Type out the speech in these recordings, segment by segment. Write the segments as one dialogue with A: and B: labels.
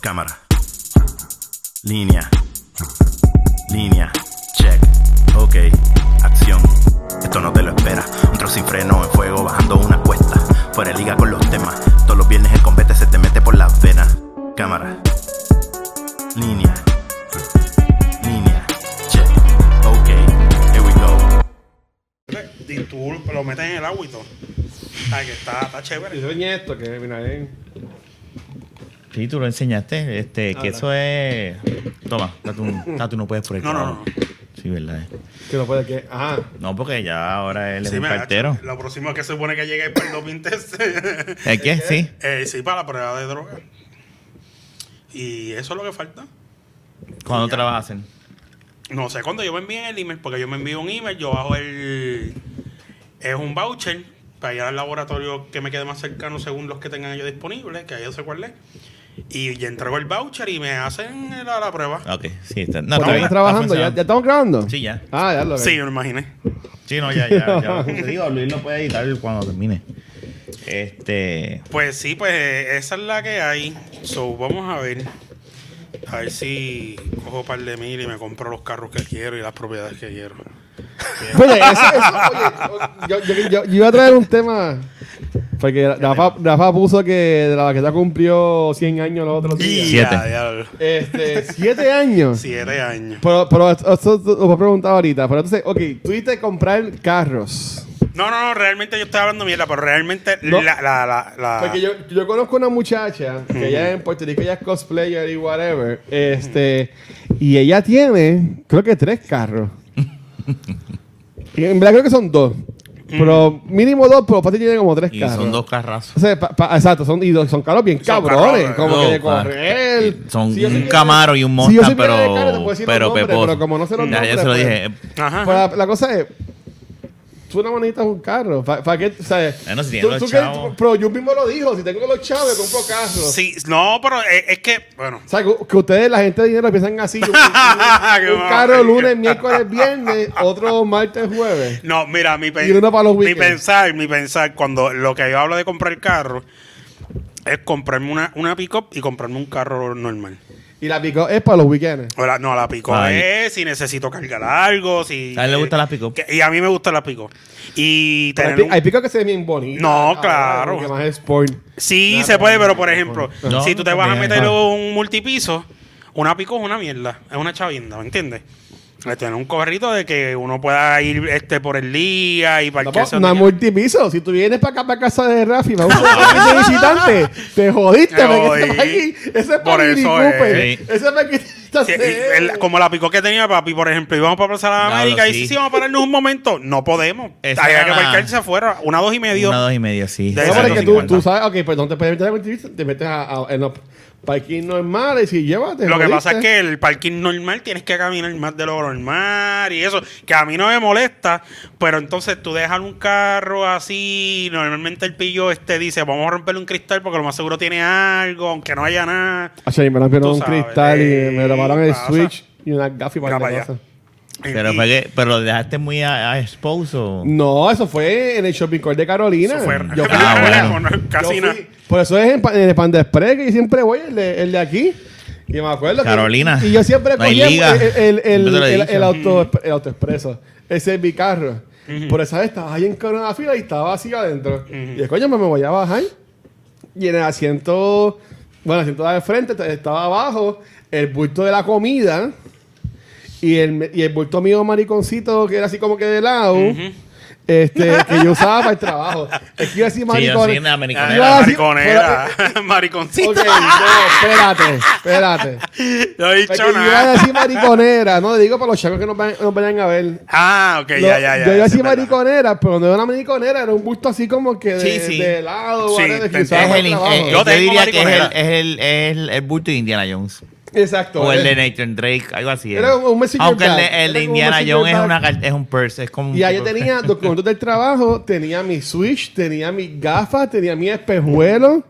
A: Cámara. Línea. Línea. Check. Ok. Acción. Esto no te lo espera. Un trozo sin freno en fuego bajando una cuesta. Fuera de liga con los temas. Todos los viernes el combate se te mete por las venas. Cámara. Línea. Línea. Check. Ok. Here we go.
B: Y tú lo metes en el agua y todo. Ay, que está, está chévere.
C: Yo enseñé esto que mira eh, ahí.
D: Sí, tú lo enseñaste, este, que eso es. Toma, Tatu, Tatu no puedes por el
B: No, no,
D: carajo. Sí, verdad. eh.
C: Que no puede que. Ajá.
D: No, porque ya ahora él es un
B: mira,
D: cartero.
B: Lo próximo que se supone que llegue es para el doping test.
D: ¿El qué? Sí.
B: eh, sí, para la prueba de droga. Y eso es lo que falta.
D: ¿Cuándo te la vas a hacer?
B: No sé cuándo yo me envíen el email, porque yo me envío un email, yo bajo el. Es un voucher para ir al laboratorio que me quede más cercano según los que tengan ellos disponibles, que ahí yo sé cuál es. Y ya entrego el voucher y me hacen la, la prueba.
D: Ok, sí, está.
C: ¿Estamos
D: No, está bien, está
C: trabajando? ¿Ya, ¿Ya
D: funcionando.
C: estamos grabando?
D: Sí, ya.
C: Ah, ya lo veo.
B: Sí, yo me imaginé.
D: Sí, no, ya, ya. ya. Te digo, Luis lo puede editar cuando termine. Este.
B: Pues sí, pues eh, esa es la que hay. So, vamos a ver. A ver si cojo un par de mil y me compro los carros que quiero y las propiedades que quiero.
C: Pues, Oye, eso, eso, oye, yo, yo, yo- yo iba a traer un tema. Porque Rafa, Rafa puso que la vaqueta cumplió 100 años los otros días.
D: Siete.
B: Ya, ya,
C: Este, 7 años.
B: siete años.
C: Pero, pero esto, esto te lo voy a preguntar ahorita. Pero entonces, ok, tú dijiste comprar carros.
B: No, no, no, realmente yo estoy hablando mierda, pero realmente
C: No.
B: la, la, la, la-
C: Porque yo, yo conozco una muchacha que ella en Puerto Rico ella es cosplayer y whatever. Este, y ella tiene, creo que tres carros. Y en verdad creo que son dos. Pero mínimo dos, pero Pati tiene como tres
D: Y
C: carros.
D: son dos carrazos.
C: O sea, pa- pa- exacto, son, y dos- son carros bien
B: Son
C: cabrones.
B: carros,
C: como
D: no,
C: que de
D: claro.
C: correr.
D: Son
C: Si yo
D: un
C: supiera-
D: Camaro y un
C: si yo
D: Mustang,
C: supiera de carro, te
D: pero.
C: puedo decir los
D: pero
C: nombres,
D: peposo.
C: pero como no sé los
D: Ya, ya
C: nombres,
D: se lo
C: pues-
D: dije.
B: Ajá.
C: Pero la, la cosa es. Tú no necesitas un carro. ¿Para qué? O sea,
D: Bueno,
C: tú-
D: si tienes los
C: tú que-
D: chavos.
C: Pero yo mismo lo dijo: si tengo los chavos, compro carro.
B: Sí, no, pero es, es que, bueno,
C: O sea, que, que ustedes, la gente de dinero, piensan así. Un, un- un
B: Qué
C: carro
B: mal.
C: lunes, miércoles, viernes, otro martes, jueves.
B: no, mira, mi, pe-
C: Y uno para los
B: mi
C: weekends.
B: pensar, mi pensar, cuando lo que yo hablo de comprar carro es comprarme una, una pick-up y comprarme un carro normal.
C: Y la pico es para los weekends.
B: O la- no, la pico
D: Ay.
B: es si necesito cargar algo, si... eh,
D: A él le gusta la pick-up.
B: que- Y a mí me gusta la pico. Y
C: Pero Hay,
B: tener
C: pi-
B: un-
C: hay picos que se ven bien bonitos.
B: No,
C: Ah,
B: claro.
C: Que más es sport.
B: Sí,
C: Claro,
B: se puede,
C: no,
B: pero por
C: no,
B: ejemplo,
D: no.
B: si tú te vas a
D: No,
B: meter en
D: no.
B: un multipiso, una pico es una mierda, es una chavienda, ¿me entiendes? Es Tener un corrito de que uno pueda ir este por el día y
C: No,
B: parquearse
C: no hay
B: donde-
C: multipiso. Si tú vienes para acá, para casa de Rafi, para un de visitante, te jodiste.
B: Te
C: porque
B: jodí.
C: estás ahí. Ese es
B: Por
C: para Mini
B: eso
C: Cooper.
D: es.
C: Ese es para que estás
B: Sí, y el- como la pico que tenía papi, por ejemplo, íbamos para pasar a
D: Claro,
B: América y
D: sí.
B: si sí, vamos a pararnos un momento, no podemos.
D: Esa
B: Había
D: era
B: que
D: la-
B: parquearse afuera, una dos y medio.
D: Una, dos y media, sí.
B: De
C: No, pero es que tú,
D: 150.
C: tú sabes, ok, pues no te puedes meter en el multipiso, te metes a, a- en los parking normales y llévate.
B: Lo que
C: jodiste.
B: pasa es que el parking normal tienes que caminar más de lo normal y eso, que a mí no me molesta, pero entonces tú dejas un carro así, normalmente el pillo este dice, vamos a romperle un cristal porque lo más seguro tiene algo, aunque no haya nada.
C: Acho, y me rompieron
B: Tú
C: un
B: sabes,
C: cristal
B: eh,
C: y me robaron el
B: pasa.
C: Switch y una gafas y
B: Mira
C: par de
B: para allá.
C: cosas.
D: Pero, pues,
B: Y-
D: fue que- pero lo dejaste muy a, a esposo.
C: No, eso fue en el shopping court de Carolina.
B: Eso fue-
C: Yo fui-
D: Ah, bueno.
B: no,
C: yo
B: casi
C: fui-
B: nada.
C: Por eso es en, pa- en el Panda Express que yo siempre voy, el de, el de aquí. Y me acuerdo que-
D: Carolina.
C: y yo siempre
D: No hay
C: cogía
D: liga.
C: el, el, el,
D: Yo te lo he
C: el-
D: dicho.
C: el auto, el auto expreso. Ese es mi carro. Por esa vez estaba ahí en cabrón la fila y estaba así adentro. Y yo, coño, me, me voy a bajar. Y en el asiento, bueno, el asiento de frente t- estaba abajo el bulto de la comida y el, y el bulto mío mariconcito que era así como que de lado. Este, que yo usaba para el trabajo. Es que iba a decir
D: Sí, yo
C: maricón.
D: sí, en la
B: Ah,
D: americana.
C: Yo-
B: era
C: así-
B: mariconera, mariconcito.
C: eh, Ok, no, espérate, espérate.
B: No he
C: Porque
B: dicho
C: yo iba a
B: nada.
C: decir mariconera, no digo para los chacos que nos vayan, nos vayan a ver.
B: Ah, ok, ya,
C: Lo-
B: ya, ya.
C: yo iba a
B: sí,
C: decir
B: es verdad.
C: mariconera, pero no era una mariconera, era un busto así como que de,
D: Sí, sí.
C: de lado,
B: Sí,
C: whatever, que
B: te-
C: usaba
D: Es
C: para
D: el,
C: el
D: in-
C: trabajo.
D: eh,
B: Yo
D: yo
B: tengo
D: diría que es el,
B: mariconera.
D: es, el, es el- el bulto de Indiana Jones.
C: Exacto.
D: O el
C: eh.
D: de Nathan Drake, algo así.
C: Era un- un messenger
D: Aunque el
C: bag.
D: de, el
C: Era
D: de
C: un
D: Indiana
C: messenger
D: Jones es,
C: bag.
D: una, car- es un purse. Es como un
C: Y ahí yo
D: tipo-
C: tenía documentos del trabajo, tenía mi Switch, tenía mis gafas, tenía mi espejuelo, o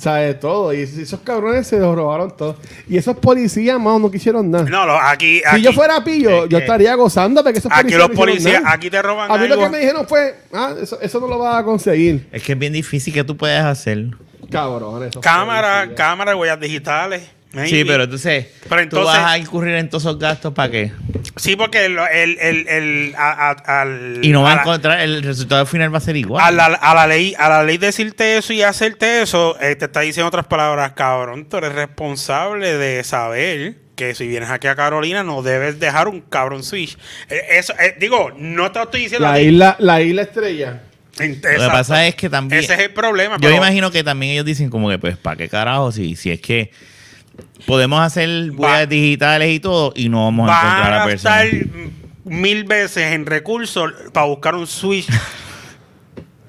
C: sea, de todo. Y esos cabrones se los robaron todo. Y esos policías, mano, no quisieron nada.
B: No, lo- aquí, aquí.
C: si yo fuera pillo,
B: Eh,
C: yo
B: eh,
C: estaría gozando porque esos
B: Aquí
C: policías.
B: los
C: no hicieron
B: policías,
C: nada.
B: aquí te roban
C: A mí lo
B: algo.
C: que me dijeron fue, ah, eso, eso no lo vas a conseguir.
D: Es que es bien difícil que tú puedas hacer.
C: Cabrones. esos
B: Cámara,
C: policías.
B: cámara, huellas digitales. maybe.
D: Sí, pero entonces,
B: Pero
D: tú
B: entonces-
D: vas a incurrir en todos esos gastos para qué.
B: Sí, porque el, el, el, el- a- a- al-
D: Y no vas a
B: la-
D: encontrar, el resultado final va a ser igual.
B: a la, a la ley, a la ley decirte eso y hacerte eso, eh, te está diciendo otras palabras, cabrón. Tú eres responsable de saber que si vienes aquí a Carolina no debes dejar un cabrón switch. Eh, eso, eh, digo, no te lo estoy diciendo. a
C: La
B: ti.
C: isla, la isla estrella.
D: Lo que
B: Exacto.
D: pasa es que también.
B: Ese es el problema.
D: Yo
B: pero-
D: imagino que también ellos dicen como que, pues, ¿para qué carajo? Si, si es que podemos hacer huellas digitales y todo y no vamos a
B: va
D: encontrar a
B: a
D: la persona.
B: gastar mil veces en recursos para buscar un switch.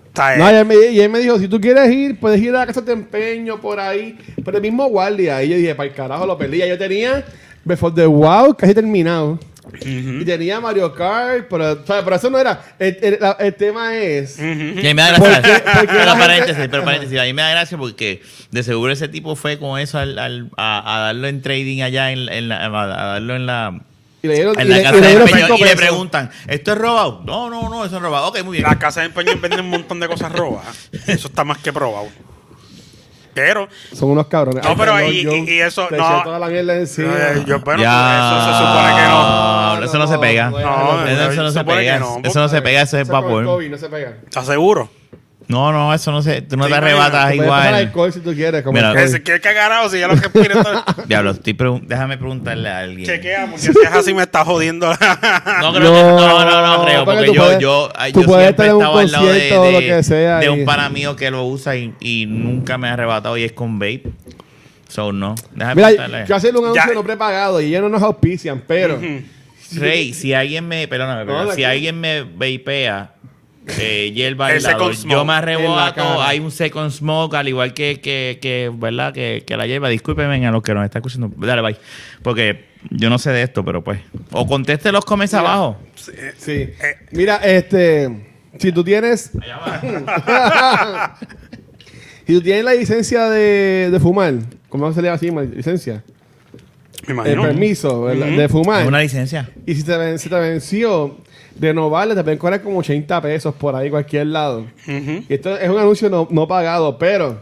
B: Está
C: No, y
B: bien.
C: él, me, y él me dijo, si tú quieres ir, puedes ir a la casa de empeño por ahí. Pero el mismo guardia. Y yo dije, para el carajo, lo perdí. Ya Yo tenía Before the Wow casi terminado. Y tenía Mario Kart, pero, o sea, pero eso no era. El, el- la- el tema es...
D: Y a mí me da
C: ¿Por
D: gracia.
C: qué- por qué la
D: pero
C: gente-
D: paréntesis, pero paréntesis. A mí me da gracia porque de seguro ese tipo fue con eso al- al- a, a darlo en trading allá, en, en la- a darlo en la,
C: Y le dieron,
D: en
C: y
D: la
C: le-
D: casa
C: y le
D: de
C: dieron
D: empeño
C: cinco
D: y le
C: pesos.
D: preguntan, ¿esto es robado? No, no, no, eso es robado. Ok, muy bien.
B: Las casas de empeño venden un montón de cosas robadas. Eso está más que probado. Pero,
C: Son unos cabrones.
B: No, pero
C: perdón,
B: ahí-
C: yo
B: y- y eso,
C: te
B: no.
C: eché toda la mierda encima.
B: eh, yo, bueno,
D: Ya.
B: eso se supone que no.
D: Eso no se pega.
B: No,
D: eso,
B: eh,
D: no
B: se
D: se
B: supone
D: pega.
B: que no,
D: eso no se pega, eso es
C: Eso con el
D: vapor.
C: COVID, no se pega.
B: ¿Estás seguro?
D: No, no, eso no se. Tú no
B: Sí,
D: te
B: imagínate,
D: arrebatas
C: Puedes pasar
D: igual.
C: alcohol si tú quieres. Como
D: Mira,
C: el
B: Que
C: COVID.
B: se quiere cagarado si ya lo que pide todo.
D: Diablo, estoy pregun- déjame preguntarle a alguien.
B: Chequea, porque si es así me está jodiendo.
D: No, creo que, no, no, no,
C: porque
D: creo. Porque
C: tú
D: yo,
C: puedes-
D: yo, ay,
C: tú
D: yo
C: puedes
D: siempre
C: tener un
D: estaba al lado de,
C: concierto o lo
D: de-
C: que sea
D: de
C: y-
D: un pana mío que lo usa y, y nunca me ha arrebatado y es con vape. So, no. Déjame
C: Mira,
D: preguntarle.
C: yo hacer un
B: Ya.
C: anuncio no prepagado y ellos no nos auspician, pero...
D: Rey, si alguien me. Perdóname, pero
C: No,
D: si
C: tranquilo.
D: alguien me vapea. Eh, y el
B: second
D: bailador,
B: smoke
D: yo me
C: en la
D: arrebato,
C: cara.
D: hay un second smoke, al igual que, que, que ¿verdad? Que, que la lleva. Discúlpenme a los que nos están escuchando. Dale, bye. Porque yo no sé de esto, pero pues. O conteste los comments
C: Mira.
D: abajo.
C: Sí. Mira, este. Si tú tienes. si tú tienes la licencia de, de fumar, ¿cómo se le llama así? ma- Licencia.
B: Me
C: El
B: imagino.
C: Eh, permiso ¿verdad? de
D: Es
C: fumar.
D: una licencia.
C: Y si te, ven- si te venció, renovarle te pueden cobrar como 80 pesos por ahí, cualquier lado.
B: Ujú.
C: Y esto es un anuncio no, no pagado, pero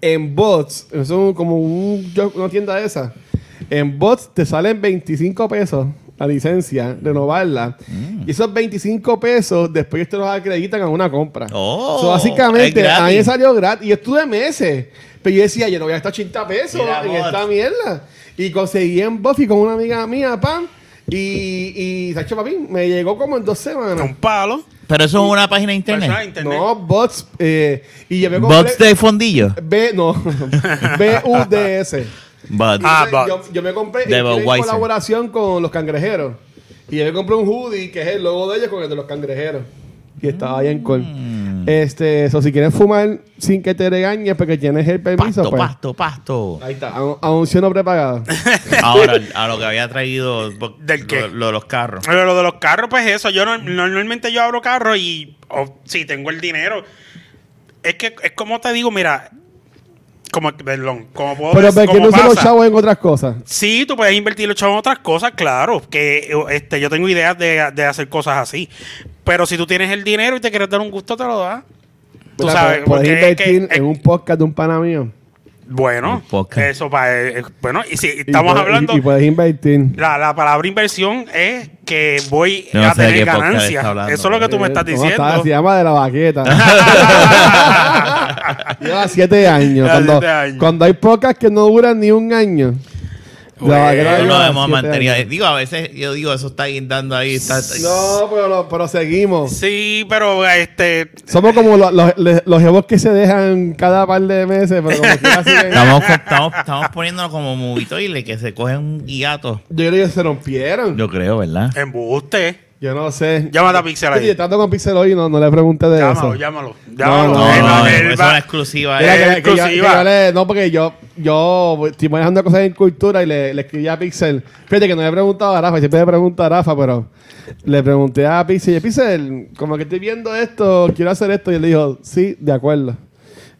C: en bots, eso es un- como un, yo- una tienda de esa, en bots te salen 25 pesos la licencia, renovarla.
D: Mm.
C: Y esos 25 pesos después te los acreditan a una compra.
D: Oh,
C: So,
D: es
C: básicamente,
D: gratis.
C: a mí me salió gratis. Y yo estuve meses. Pero yo decía, yo no voy a gastar 80 pesos
D: Mira,
C: en
D: bots.
C: esta mierda. Y conseguí en Buffy con una amiga mía, pam. Y, y Sacho Papín me llegó como en dos semanas.
B: Un palo.
D: Pero eso es una página de
B: Persona de
D: internet.
B: internet.
C: No, bots. Eh, y llevé con
D: Bots de fondillo.
C: B, no. B-U-D-S.
D: Bots.
B: Ah,
C: Entonces,
B: bots.
C: yo, yo me compré
D: De
C: y tuve en
D: Budweiser.
C: colaboración con los cangrejeros. Y yo me compré un hoodie que es el logo de ellos con el de los cangrejeros. Y estaba ahí en col.
D: Mm.
C: Este, eso, si quieres fumar sin que te regañes porque tienes el permiso,
D: Pasto,
C: pues.
D: pasto, pasto.
C: Ahí está, anu- anuncio no prepagado.
D: Ahora, a lo que había traído bo-
B: ¿Del
D: lo-
B: qué?
D: Lo, de los carros.
C: Ah,
B: Pero lo de los carros, pues eso. Yo no- normalmente yo abro carro y o, si tengo el dinero. Es que es como te digo, mira. Como, perdón, como puedo
C: Pero
B: decir-
C: ¿por qué
B: como
C: no se los
B: pasa.
C: chavos en otras cosas?
B: Sí, tú puedes invertir los chavos en otras cosas, claro. Que este, yo tengo ideas de, de hacer cosas así. Pero si tú tienes el dinero y te quieres dar un gusto, te lo das. Tú
C: ¿Verdad?
B: sabes,
C: Puedes
B: porque es que-
C: invertir
B: es-
C: en un podcast de un pana mío.
B: Bueno,
D: El podcast.
B: eso para. eh, bueno, y si
C: Y
B: estamos
C: puedes-
B: hablando.
C: Y, y puedes invertir.
B: la, la palabra inversión es que voy
D: Yo no
B: a
D: sé de
B: tener
D: qué podcast
B: ganancias.
D: está hablando,
B: Eso es lo que tú me estás
C: Eh, no, está-
B: diciendo.
C: se llama de la baqueta. Lleva siete años.
B: Lleva
C: Cuando,
B: siete años.
C: cuando hay pocas que no duran ni un año. La vaquera
D: Eso
C: lleva
D: lo hemos
C: siete
D: mantenido.
C: años.
D: Digo, a veces yo digo, eso está guindando ahí. Está, está-
C: No, pero, lo- pero seguimos.
B: sí, pero este.
C: Somos como lo- lo- le- los jevos que se dejan cada par de meses, pero como quiera siguen.
D: Estamos, co- estamos, estamos poniéndonos como movitoile que se cogen un gato.
C: Yo creo que se rompieron. Yo,
D: Yo creo, ¿verdad?
B: Embuste.
C: no sé.
B: Llámate a Pixel
C: Oye,
B: ahí.
C: estando con Pixel hoy, no, no le pregunté de
B: Llámalo,
C: eso.
B: llámalo. Llámalo.
C: No,
D: No,
B: Él
D: no,
B: va-
D: eso
B: él
D: es
B: va-
D: una exclusiva.
C: Mira,
D: eh.
C: que- que yo- que
B: exclusiva.
C: yo le- no, porque yo, yo estoy manejando cosas en cultura y le, le escribí a Pixel. Fíjate que no le he preguntado a Rafa, siempre le pregunto a Rafa, pero le pregunté a Pixel. Y Pixel, como que estoy viendo esto, quiero hacer esto. Y él dijo, sí, de acuerdo.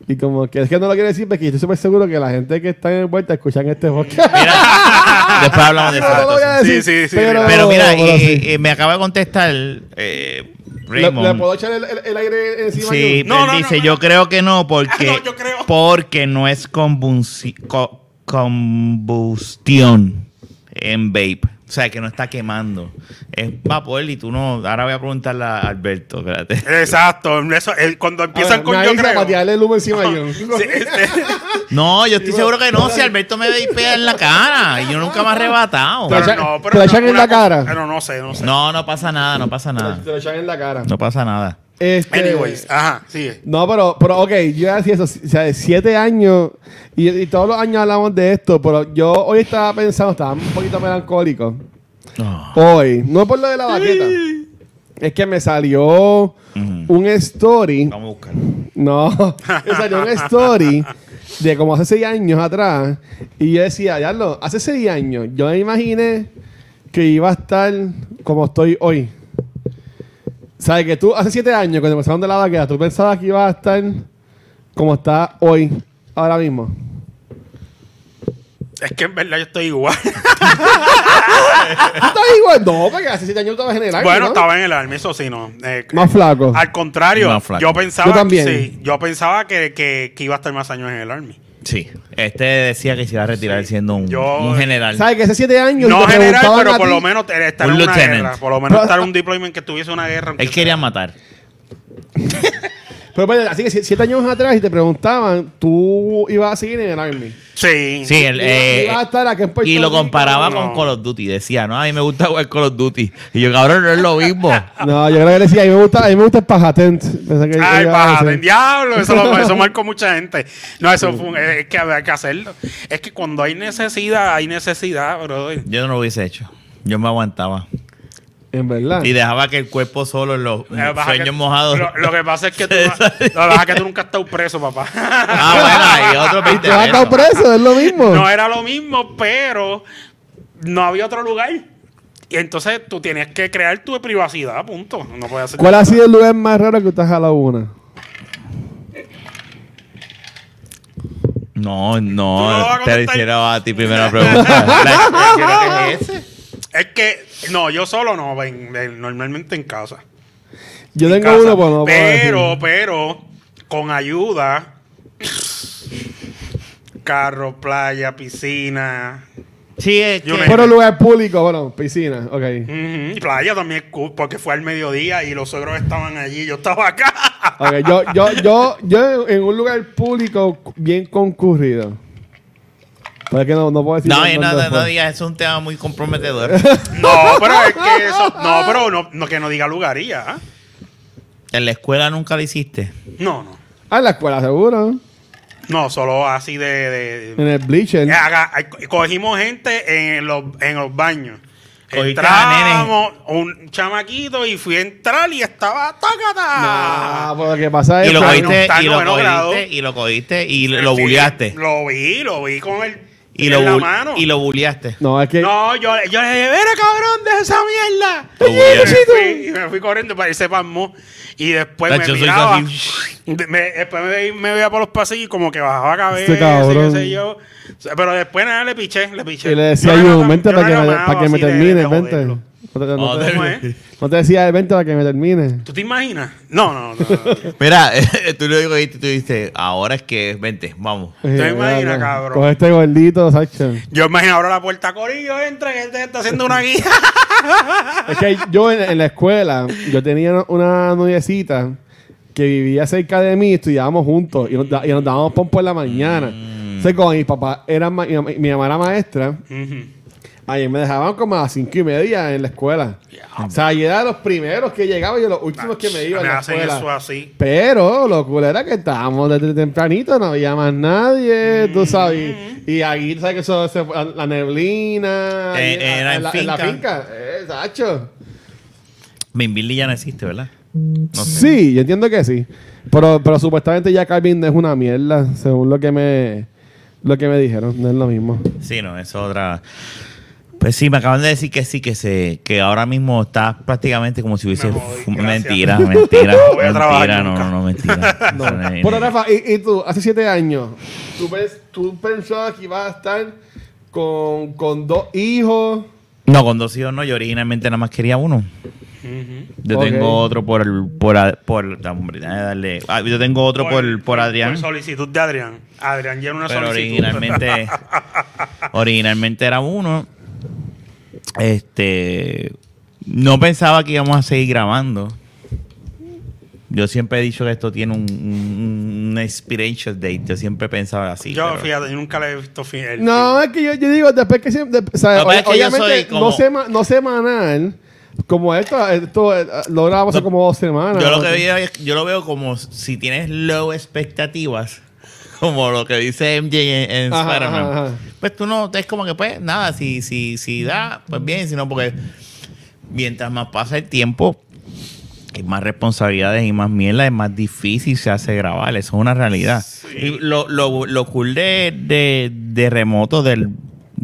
C: Y como que es que no lo quiere decir, porque yo estoy súper seguro que la gente que está en vuelta escuchan este podcast.
D: Mira, después hablamos de
C: No, no lo voy a
D: eso.
C: decir,
B: Sí, sí, sí,
C: pero,
D: Pero mira,
C: pero
D: eh,
C: sí.
D: eh, me acaba de contestar eh,
C: ¿Le,
D: Raymond.
C: le puedo echar el, el- el aire encima?
D: Sí,
C: yo?
B: No, no,
D: él
B: no,
D: dice,
B: no.
D: yo creo que no, porque,
B: Ah, no, yo creo.
D: porque no es combunci- co- combustión en vape. O sea, que no está quemando. Es vapor y tú no... Ahora voy a preguntarle a Alberto, espérate.
B: Exacto. Eso, eh, cuando
C: A ver,
B: empiezan con
C: me
B: yo
C: avisa
B: creo.
C: para tirarle el humo encima a John.
B: Sí, este-
D: No, yo estoy
C: Sí,
D: seguro que no.
C: bueno.
D: Si Alberto me vapea en la cara y yo nunca me he arrebatado.
C: Pero-
B: pero
C: echan-
B: no, pero
C: te la
B: no,
C: echan en
B: una
C: la
B: cosa-
C: cara.
B: Pero no sé, no sé.
D: No, no pasa nada, no pasa nada.
C: Te lo echan en la cara.
D: No pasa nada.
C: Este,
B: Anyways, ajá, sigue.
C: No, pero, pero ok, yo ya decía eso. O sea, de siete años, y, y todos los años hablamos de esto, pero yo hoy estaba pensando, estaba un poquito melancólico.
D: No.
C: Hoy, no por lo de la baqueta. Es que me salió un story.
D: Vamos a buscarlo.
C: No, me salió un story de como hace seis años atrás. Y yo decía, ya lo, hace seis años, yo me imaginé que iba a estar como estoy hoy. ¿Sabes que tú hace siete años, cuando empezaron de la vaquera, tú pensabas que ibas a estar como está hoy, ahora mismo?
B: Es que en verdad yo estoy igual.
C: ¿Tú estás igual? No, porque hace siete años tú estabas en el aire,
B: Ah. bueno,
C: ¿no?
B: estaba en el army, eso sí, no. Eh,
C: Más flaco.
B: Al contrario,
D: No, flaco.
B: yo pensaba,
C: Yo también.
B: sí, yo pensaba que, que, que iba a estar más años en el army.
D: Sí. Este decía que se iba a retirar
B: Sí.
D: siendo un,
B: Yo-
D: un general.
C: ¿Sabes que hace siete años
B: No
C: te
B: general,
C: preguntaban
B: pero
C: a
B: por
C: ti-
B: lo menos te- estar
D: Un
B: en una
D: lieutenant.
B: guerra. Por lo menos estar en un deployment que tuviese una guerra. aunque
D: Él quería matar.
C: Pero, pero, así que si- siete años atrás y te preguntaban, tú ibas a seguir en el Army.
B: sea- Sí.
D: Sí, el,
C: Iba-
D: eh,
C: iba a estar aquí en Puerto
D: y lo
C: Rico,
D: comparaba
B: no.
D: con Call of Duty. Decía, no, a mí me gusta jugar Call of Duty. Y yo, cabrón, no es lo mismo.
C: No, yo creo que decía, a mí me gusta, a mí me gusta el pajatent. Pensé que-
B: Ay,
C: iba a
B: paja,
C: decir.
B: del diablo, eso, lo, eso marcó mucha gente. No, eso fue, un- es que había que hacerlo. Es que cuando hay necesidad, hay necesidad, Eh, brother.
D: Yo no lo hubiese hecho. Yo me aguantaba.
C: En verdad.
D: Y dejaba que el cuerpo solo en los
B: Lo que pasa
D: sueños
B: que-
D: mojados.
B: Lo, lo que pasa es que tú, no- lo que pasa es que tú nunca has estado preso, papá.
D: Ah, bueno, y otro
C: Y
D: 20
C: te vas a estar
D: pesos.
C: preso, es lo mismo.
B: No era lo mismo, pero no había otro lugar. Y entonces tú tenías que crear tu privacidad, punto. No podías hacer
C: ¿Cuál ha sido el lugar más raro que usted ha jalado una?
D: No,
B: Tú no
D: no,
B: vas a
D: te
B: contestar.
D: hiciera a ti primera pregunta. La- ¿Qué es ese?
B: Es que, no, yo solo no, en- en- normalmente en casa.
C: Yo tengo
B: casa.
C: uno, pero no pues, puedo
B: pero,
C: decir.
B: pero, con ayuda, carro, playa, piscina,
D: Sí, es
B: Yo
D: que-
B: me-
C: Pero lugar público, bueno, piscina, ok.
B: Ujú, y playa también, es cool, porque fue al mediodía y los suegros estaban allí, yo estaba acá.
C: Ok, yo, yo, yo, yo en un lugar público bien concurrido. Pero es que no, no puedo decir.
D: No,
C: dónde
D: no, no, no
C: fue.
D: digas, es un tema muy comprometedor.
B: No, pero es que eso, no, pero no, no que no diga lugaría. ¿eh?
D: en la escuela nunca lo hiciste.
B: No, no,
C: Ah, en la escuela, seguro.
B: no, solo así de... de-
C: En el bleacher.
B: Eh, haga- ay, cogimos gente en los, en los baños.
D: Cogiste
B: Entramos un chamaquito y fui a entrar y estaba tacata.
C: Ah, pero lo que pasa es
D: Y lo
C: que-
B: está- no,
D: cogiste,
B: está
D: y
B: en
D: lo
B: noveno grado.
D: cogiste, y lo cogiste, y lo
B: Sí,
D: bulleaste.
B: Lo vi, lo vi con el
D: Y
B: en
D: lo,
B: la
D: bul-
B: mano.
D: y lo bulleaste.
C: No, es que.
B: no, yo, yo le dije, "Vera, cabrón, de esa mierda.
D: Lo
B: Y me
D: bulleaste.
B: fui, y me fui corriendo para irse palmó. Y después
D: Tacho,
B: me
D: soy
B: miraba.
D: así.
B: de- me- después me, ve- me veía por los pasillos y como que bajaba cabeza.
C: Este
B: y qué
C: cabrón.
B: sé yo. Pero después nada, le piché, le piché.
C: Y le decía
B: Yo
C: yo,
B: no era-
C: vente
B: yo
C: para,
B: no era
C: que me,
B: malo
C: para que me
B: así de- de
C: termine, vente.
B: joderlo.
C: No te, no te-
B: ¿Cómo es?
C: no te decía, vente para que me termine.
B: ¿Tú te imaginas? No, no, no. no.
D: Mira, tú lo cogiste y tú dices, ahora es que, vente, vamos.
C: Eh,
B: imaginas,
C: no.
B: cabrón?
C: Coge este gordito, Sacho.
B: Yo imagino ahora la puerta corillo, entra, que él te está haciendo una guía.
C: Es que yo en, en la escuela, yo tenía una noviecita que vivía cerca de mí, estudiábamos juntos y nos, da- y nos dábamos pompo en la mañana.
B: Mm.
C: Entonces, como mi papá era ma- mi, mamá- mi mamá era maestra, ahí me dejaban como a las cinco y media en la escuela. O sea, yo era de los primeros que llegaba y de los últimos que me iban
B: Me
C: a la
B: hacen
C: escuela.
B: eso así.
C: Pero lo cool era que estábamos desde tempranito, no había más nadie,
D: Mm.
C: tú sabes. Y aquí, ¿sabes que eso se- la, la neblina?
D: Eh,
C: ahí,
D: era en
C: la, la
D: finca.
C: finca. Eh, Sacho.
D: Minbilly ya no existe, ¿verdad?
C: Sí, yo entiendo que sí. Pero, pero supuestamente ya Calvin es una mierda, según lo que me lo que me dijeron, no es lo mismo.
D: Sí, no, es otra. Pues sí, me acaban de decir que sí, que se, que ahora mismo está prácticamente como si hubiese.
B: Me voy,
D: fu-
B: gracias.
D: mentira, mentira.
B: No voy a
D: mentira,
B: trabajar
D: no,
B: nunca.
D: no, no, mentira.
C: No.
D: Eso no es-
C: Pero Rafa, y, y tú, hace siete años, tú, pens- tú pensabas que ibas a estar con, con dos hijos.
D: No, con dos hijos no. Yo originalmente nada más quería uno. Yo
C: Ok.
D: tengo otro por... por, a- por ah, hombre, déjame darle. Ah, yo tengo otro por, por, Adrián.
B: Por solicitud de Adrián. Adrián llena una
D: pero
B: solicitud.
D: originalmente... originalmente era uno. Este... No pensaba que íbamos a seguir grabando. Yo siempre he dicho que esto tiene un, un, un expiration date. Yo siempre pensaba así.
B: yo,
D: pero-
B: fíjate, yo nunca le he visto fin. el
C: No, eh. es que yo, yo digo, después que siempre. de- o sea,
D: Lo que pasa es que yo soy
C: obviamente,
D: como-
C: no, sema- no semanal. Como esto, esto eh, lo grabamos hace
D: No.
C: como dos semanas.
D: Yo lo que
C: ¿no?
D: veo es- yo lo veo como si tienes low expectativas, como lo que dice MJ en, en
C: Ajá,
D: Spider-Man.
C: ajá, ajá.
D: Pues tú no, es como que pues nada, si, si, si da, pues bien, sino porque mientras más pasa el tiempo, hay más responsabilidades y más mierda, es más difícil se hace grabar, eso es una realidad. Y lo, lo, lo cool de, de, de remoto del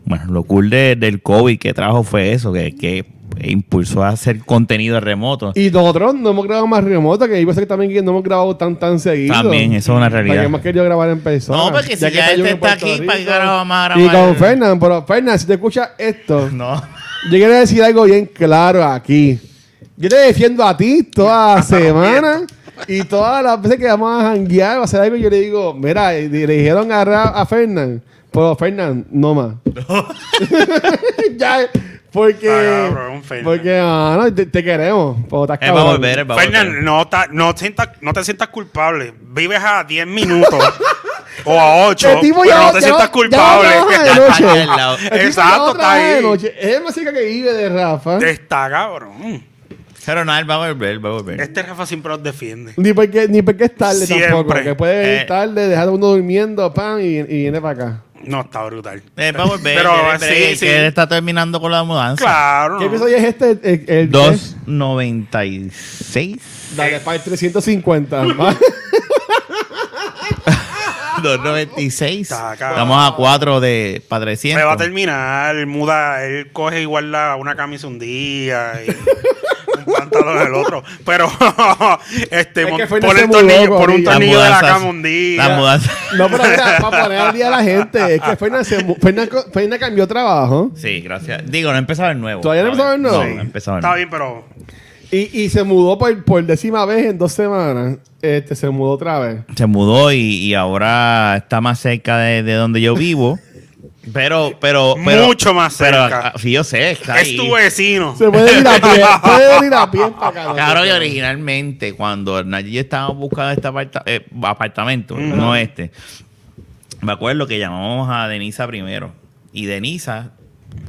D: bueno, lo cool de- del COVID que trajo fue eso, que, que impulsó a hacer contenido remoto.
C: Y nosotros no hemos grabado más remota, que hay veces que también que no hemos grabado tan tan seguido.
D: También, eso es una realidad.
C: ¿Para qué hemos querido grabar en persona?
D: No, porque si
C: está
D: ya este
C: Jun en
D: está
C: Puerto
D: aquí, ¿para qué
C: Rico.
D: carajo vamos a
C: Y
D: grabar?
C: con Fernan, pero Fernan, si te escuchas esto,
D: No.
C: yo quiero decir algo bien claro aquí. Yo te defiendo a ti toda la semana y todas las veces que vamos a janguear o a hacer algo, yo le digo, mira, y le dijeron a, Ra- a Fernan, pero Fernan, no más. ya, porque...
B: Ah, cabrón, Eh, Fernan.
C: porque, ah, no, te, te queremos, pero estás
D: Él Eh, va a
C: cabrón.
D: volver, él va a
B: Fernan,
D: volver.
B: no, ta- no, sientas- no te sientas culpable. Vives a 10 minutos o a 8.
C: El tipo
B: pero
C: ya-
B: no te
C: ya-
B: sientas
C: ya
B: culpable.
C: trabaja de
D: Está
C: noche.
D: aquí al lado.
C: El tipo ya
B: Exacto, está
C: trabaja de
B: ahí.
C: noche. Es el más cerca que vive de Rafa.
B: Está cabrón.
D: Pero no, él va a volver, él va a volver.
B: Este Rafa siempre los defiende.
C: Ni porque, ni porque es tarde
B: Siempre.
C: tampoco. Que puede venir
D: Eh.
C: tarde, dejar a uno durmiendo, pam, y, y viene para acá.
B: No, está brutal.
D: Él Eh, va a volver.
B: Pero
D: Pero,
B: sí, sí.
D: Él está terminando con la mudanza.
B: Claro.
C: ¿Qué episodio es este? El, el-
D: 296.
C: el- Dale, para el 350. va.
D: 296.
B: Está, Ah, cabrón.
D: Estamos a 4 de para 300.
B: Me va a terminar, muda, él coge igual la, una camisa un día y un pantalón el otro. Pero este
C: Es que
B: mon-
C: fue
B: pon
C: ese
B: el
C: muy
B: tornillo,
C: loco,
B: pon un
C: ahorita.
B: tornillo de la
D: mudanza-
B: cama un día.
D: La mudanza.
C: No, pero mira, para poner al día a la gente. Es que Fernan, se mu- Fernan co- Fernan cambió trabajo
D: Sí, gracias. Digo, no empezaba el nuevo.
C: ¿Todavía no empezaba el nuevo?
D: No, no empezaba el
B: Está bien,
D: nuevo.
B: pero
C: y, y se mudó por, por décima vez en dos semanas. Este, se mudó otra vez.
D: se mudó y, y ahora está más cerca de, de donde yo vivo. Pero, pero, pero-
B: Mucho más
D: pero,
B: cerca.
D: ah, sí, yo sé, está
B: es
D: ahí.
B: tu vecino.
C: Se puede ir a pie. puede venir a pie para acá. ¿no?
D: Claro que originalmente, cuando Hernán y yo estábamos buscando este aparta- eh, apartamento, no este, me acuerdo que llamamos a Denisa primero. Y Denisa,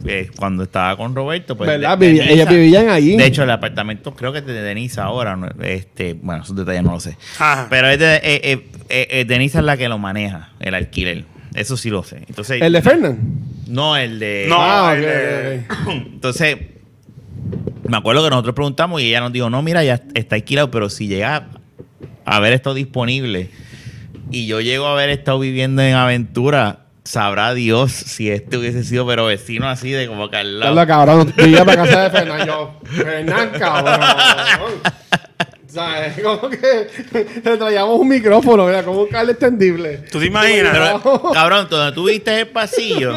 D: eh, cuando estaba con Roberto, pues.
C: ¿Verdad?
D: de-
C: Vivi-
D: Denisa-
C: ellas vivían allí.
D: De hecho, el apartamento creo que es de Denisa ahora. ¿no? Este, bueno, esos detalles no lo sé.
B: Ajá.
D: Pero es de- eh, eh, eh, eh, Denisa es la que lo maneja, el alquiler. Eso sí lo sé. Entonces,
C: ¿El de Fernan?
D: No, el de.
B: No,
C: ah, ok,
B: el
C: ok,
B: de-
C: ok.
D: Entonces, me acuerdo que nosotros preguntamos y ella nos dijo, no, mira, ya está alquilado, pero si llega a ver esto disponible y yo llego a haber estado viviendo en Aventura, sabrá Dios si este hubiese sido pero vecino así de como que al lado.
C: Carlos, cabrón. Yo iba para casa de Fernán. Yo, Fernán, cabrón. ¿Sabes? Como que le traíamos un micrófono, mira, como un cable extendible.
B: ¿Tú te imaginas?
D: Pero, cabrón, cuando tú viste el pasillo,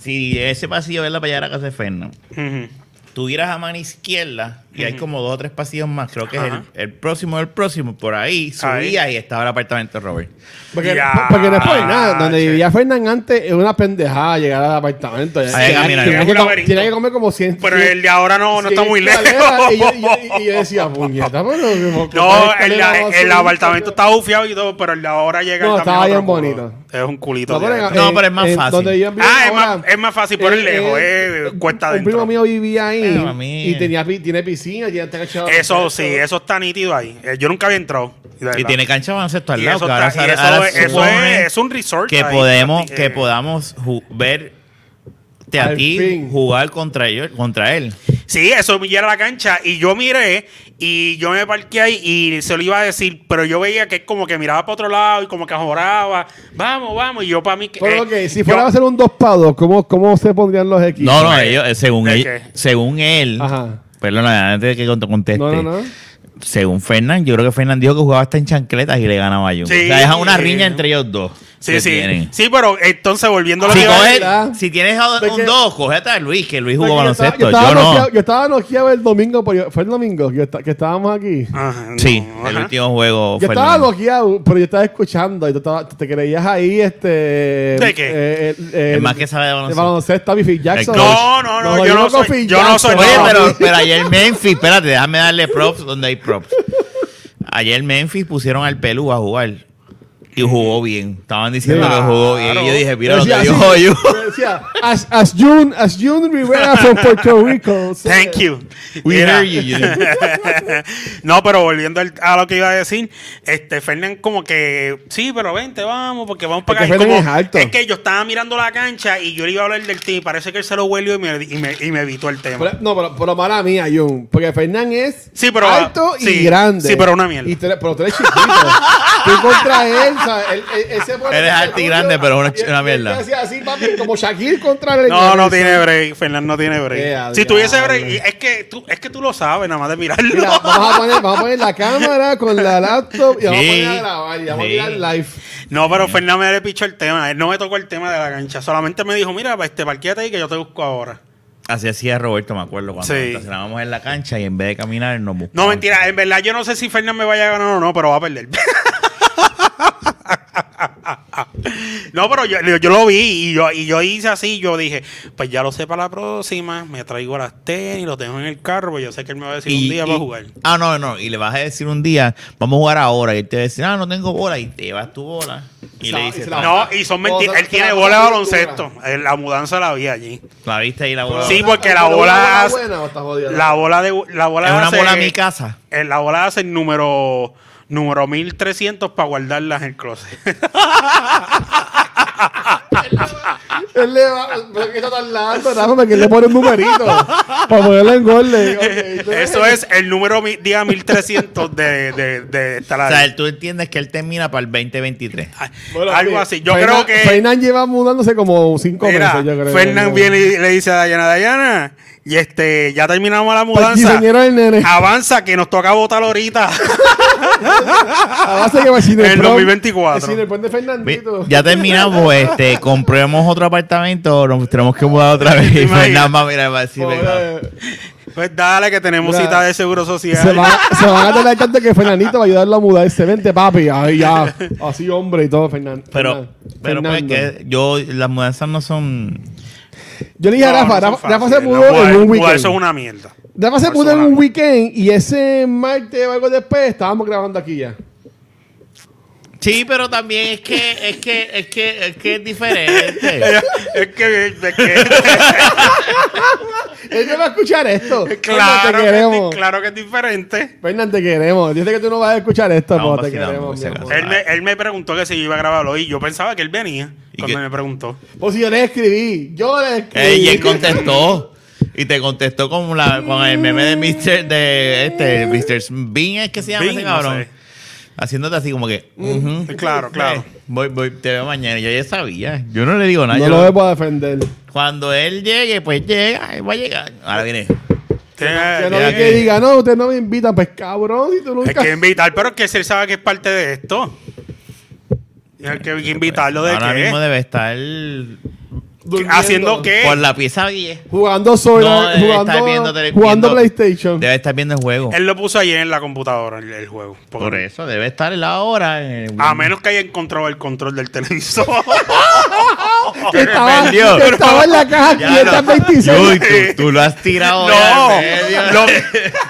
D: si ese pasillo es la para allá a la casa de Fernando,
B: Ujú.
D: tú giras a mano izquierda y hay como dos o tres pasillos más, creo que es
B: Ajá.
D: el, el próximo del próximo, por ahí subía y estaba el apartamento de Robert.
C: Porque,
B: Ya,
C: porque no es por nada. Donde
B: che.
C: vivía Fernán antes es una pendejada llegar al apartamento.
D: Hay que caminar.
C: Tenía
B: Es
C: que,
B: un
C: co-
B: laberinto.
C: tenía que comer como 100.
B: Pero el de ahora no, no está muy lejos.
C: Y yo, y yo- y yo decía, puñeta, pero como- como
B: No, el,
C: escalera
B: el
C: va a subir,
B: apartamento está bufiado y todo, pero el de ahora llega
C: No,
B: también
C: estaba
B: otro
C: bien
B: culo.
C: bonito.
B: Es un culito.
C: No,
B: de
C: pero en-
B: adentro.
D: No, pero es más
C: en-
D: fácil.
C: donde yo vivía
B: Ah, es
C: ahora,
B: más- es más fácil por el lejos, eh, cuesta
C: Un
B: adentro.
C: primo mío vivía ahí
D: Pero, mami.
C: y tenía, pi- tiene piscina, tiene techado.
B: eso sí, eso está nítido ahí. Eh, Yo nunca había entrado. de
D: Y
B: verdad.
D: tiene cancha de baloncesto al
B: Y
D: lado.
B: eso
D: que ahora
B: está- y
D: se-
B: eso
D: ahora
B: es- eso
D: supone
B: es- es un resort
D: Que,
B: ahí,
D: podemos,
B: prácticamente.
D: que podamos ju- verte a
C: Al
D: ti
C: fin.
D: jugar contra, ellos, contra él.
B: Sí, eso ya era la cancha. Y yo miré y yo me parqué ahí y se lo iba a decir, pero yo veía que como que miraba para otro lado y como que joraba. Vamos, vamos. Y yo para mí. que-
C: Pero
B: eh,
C: ok, si
B: yo-
C: fuera a ser un dos pados, ¿cómo, ¿cómo se pondrían los equipos?
D: No, no, ellos, eh, según,
B: ¿De
D: él,
B: qué?
D: según él.
C: Ajá.
D: Perdona, antes de que cont- conteste.
C: No, no, no.
D: Según Fernán, yo creo que Fernán dijo que jugaba hasta en chancletas y le ganaba yo.
B: Sí.
D: o sea, es una riña entre ellos dos.
B: Sí,
D: que
B: sí.
D: tienen.
B: Sí, pero entonces volviendo a lo
D: Si,
B: que iba a
D: coges-
B: decir-
C: ¿verdad?
D: si tienes a
C: De
D: un
C: que-
D: 2, cogete a Luis, que Luis jugó
C: Porque yo estaba-
D: baloncesto.
C: Yo
D: Yo,
C: estaba
D: no.
C: noqueado- yo estaba noqueado el domingo, por- fue el domingo que, esta- que estábamos aquí.
B: Ajá, Ah, no,
D: Sí, el
B: ajá.
D: último juego
C: Yo
D: fue el
C: estaba
D: domingo.
C: bloqueado, pero yo estaba escuchando y tú estaba- te creías ahí, este... eh, ¿De
B: qué?
D: El más que sabe de baloncesto.
C: baloncesto, mi Phil Jackson.
D: coach.
B: No, no, no,
C: lo
B: yo no
C: digo con
B: soy-
C: Phil
B: yo no soy-
C: Jackson.
D: Oye,
B: No.
D: pero, pero ayer Memphis, espérate, déjame darle props donde hay props. Ayer Memphis pusieron al Pelú a jugar y jugó bien. Estaban diciendo
C: Sí.
D: que jugó bien.
B: Claro.
D: Y yo dije, mira
C: Yo
D: lo que
C: decía
D: dijo
C: así,
D: Hoyu.
C: yo decía, as, as June, as June Rivera from Puerto Rico. so-
B: Thank you.
D: We
B: Mira.
D: hear you, you know.
B: no, pero volviendo al- a lo que iba a decir, este Fernán como que sí, pero vente, vamos, porque vamos para
C: que
B: acá. Y
C: Fernan
B: como-
C: es alto.
B: que yo estaba mirando la cancha y yo le iba a hablar del team y parece que él se lo huelió y me, y me- y me evitó el tema.
C: Pero- no, pero, pero mala mía, Jun. Porque Fernán es
B: Sí, pero-
C: alto y
B: sí,
C: grande.
B: sí, pero una mierda.
C: Y tú eres- pero tú eres chiquito. Tú contra él, o sea, él, él- él se pone-
D: Eres alto y grande, pero una ch- una mierda.
C: Y él te hacía así, papi, como Shaquille contra el
B: no, no tiene break, Fernán no tiene break.
C: Ea,
B: si tuviese
C: diablo.
B: break, y es que tú, es que tú lo sabes, nada más de mirarlo.
C: Mira, vamos a, poner, vamos a poner la cámara con la laptop y vamos
D: Sí.
C: a poner a grabar y vamos
D: Sí.
C: a mirar live.
B: No, pero Fernán me le pichó el tema. Él no me tocó el tema de la cancha. Solamente me dijo, mira, este, parquéate ahí que yo te busco ahora.
D: Así hacía Roberto, me acuerdo, cuando
B: Sí.
D: nos estacionábamos en la cancha y en vez de caminar nos buscamos.
B: No, mentira. En verdad, yo no sé si Fernán me vaya a ganar o no, pero va a perder. no, pero yo, yo- yo lo vi y yo, y yo hice así. Yo dije, pues ya lo sé para la próxima. Me traigo las tenis, lo tengo en el carro. Pues yo sé que él me va a decir un día para jugar.
D: Ah, no, no. Y le vas a decir un día, vamos a jugar ahora. Y él te va a decir, ah, no tengo bola. Y te llevas tu bola. Y
C: Sa-
D: le
C: y
D: dices,
C: se la-
B: No, y son mentiras. Él tiene bola de baloncesto. Eh, La mudanza la vi allí.
D: la viste ahí la bola.
B: Sí,
D: es
B: porque la
C: ¿Pero
B: bola-
C: ¿Está buena o está jodida?
B: La bola de la bola
D: una
B: hace-
D: bola a mi casa.
B: Eh, La bola hace el número, número 1300 para guardarlas en el closet.
C: Él le va, pero que está tan largo, Rafa, porque él le pone un numerito para ponerle en gol.
B: Eso es el número mi- día 1300 de, de, de esta la-
D: O sea, tú entiendes que él termina para el 2023.
B: Ah, algo así. Yo creo que
C: Fernán lleva mudándose como cinco
B: mira,
C: meses, yo creo.
B: Fernán viene y le dice a Dayana, Dayana, y este, ya terminamos la
C: Para el
B: mudanza.
C: quinceañero del nene.
B: Avanza que nos toca votar ahorita.
C: A base que va sin
B: En
C: el
B: 2024.
C: Sin el prom de
D: Vi-
C: Fernandito.
D: Ya terminamos, este, compremos otro apartamento, nos tenemos que mudar otra vez.
B: ¿Te
D: Y
B: imaginas?
D: Fernán va a mirar y va a decir, venga.
C: Pobre,
B: pues dale que tenemos
C: Mira,
B: cita de seguro social.
C: se, va, se van a tener tanto que Fernandito va a ayudarlo a mudarse. Vente, papi. Ay, ya. Así, hombre y todo, Fernan-
D: Pero,
C: Fernan-
D: pero pues
C: Fernando.
D: que yo, las mudanzas no son.
C: Yo le dije
B: No,
C: a
B: no
C: Rafa,
B: son
C: Rafa, Rafa se
B: fáciles.
C: mudó
B: No,
C: en un
B: mudar-
C: weekend.
B: Eso es una mierda.
C: Rafa se
B: Por
C: mudó en
B: solar.
C: un weekend y ese martes o algo después estábamos grabando aquí ya.
D: Sí, pero también es que, es que, es que, es que es diferente.
B: es que, es que
C: Él no va a escuchar esto. Fernan,
B: claro,
C: te
B: que es di-
C: queremos.
B: claro que es diferente.
C: Fernan, te queremos. Dice que tú no vas a escuchar esto,
D: Estamos
C: pero te
D: vacilando,
C: queremos.
D: por si
C: mi
D: acaso.
C: amor.
B: Él me, él me preguntó que si yo iba a grabarlo y yo pensaba que él venía
D: ¿Y
B: cuando
D: qué?
B: me preguntó.
C: O si yo le escribí. Yo le escribí.
D: Ey, y él contestó. Y te contestó con, la, con el meme de Mr. de este, Mr. Bean, es que se llama
B: Bing,
D: ese
B: no sé.
D: cabrón.
B: Mm.
D: Haciéndote así como que. ujú.
B: Claro, claro.
D: Eh, Voy, voy, te veo mañana. Yo ya sabía. Yo no le digo nada.
C: No
D: yo
C: lo
D: lo-
C: voy a defender.
D: Cuando él llegue, pues llega, él va a llegar. Ahora viene.
B: Que-
C: Que no
B: que-
C: me que diga, no, usted no me invita. Pues cabrón, si tú
B: es
C: nunca.
B: que invitar, pero es que él sabe que es parte de esto. Y Hay que invitarlo de
D: Ahora
B: qué?
D: mismo debe estar
C: durmiendo.
B: haciendo qué.
D: por la pieza 10.
C: Jugando solo.
D: No, debe estar viendo
C: jugando,
D: tele-
C: jugando
D: viendo-
C: PlayStation.
D: Debe estar viendo el juego.
B: Él lo puso ayer en la computadora el, el juego. Porque-
D: Por eso, debe estar en la hora. en el-
B: A menos que haya encontrado el control del televisor.
C: Que estaba,
D: Perdió.
C: que estaba en la caja
D: Ya no.
C: 526.
D: Uy, tú, tú lo has tirado. ya
B: no,
D: en medio.
B: lo-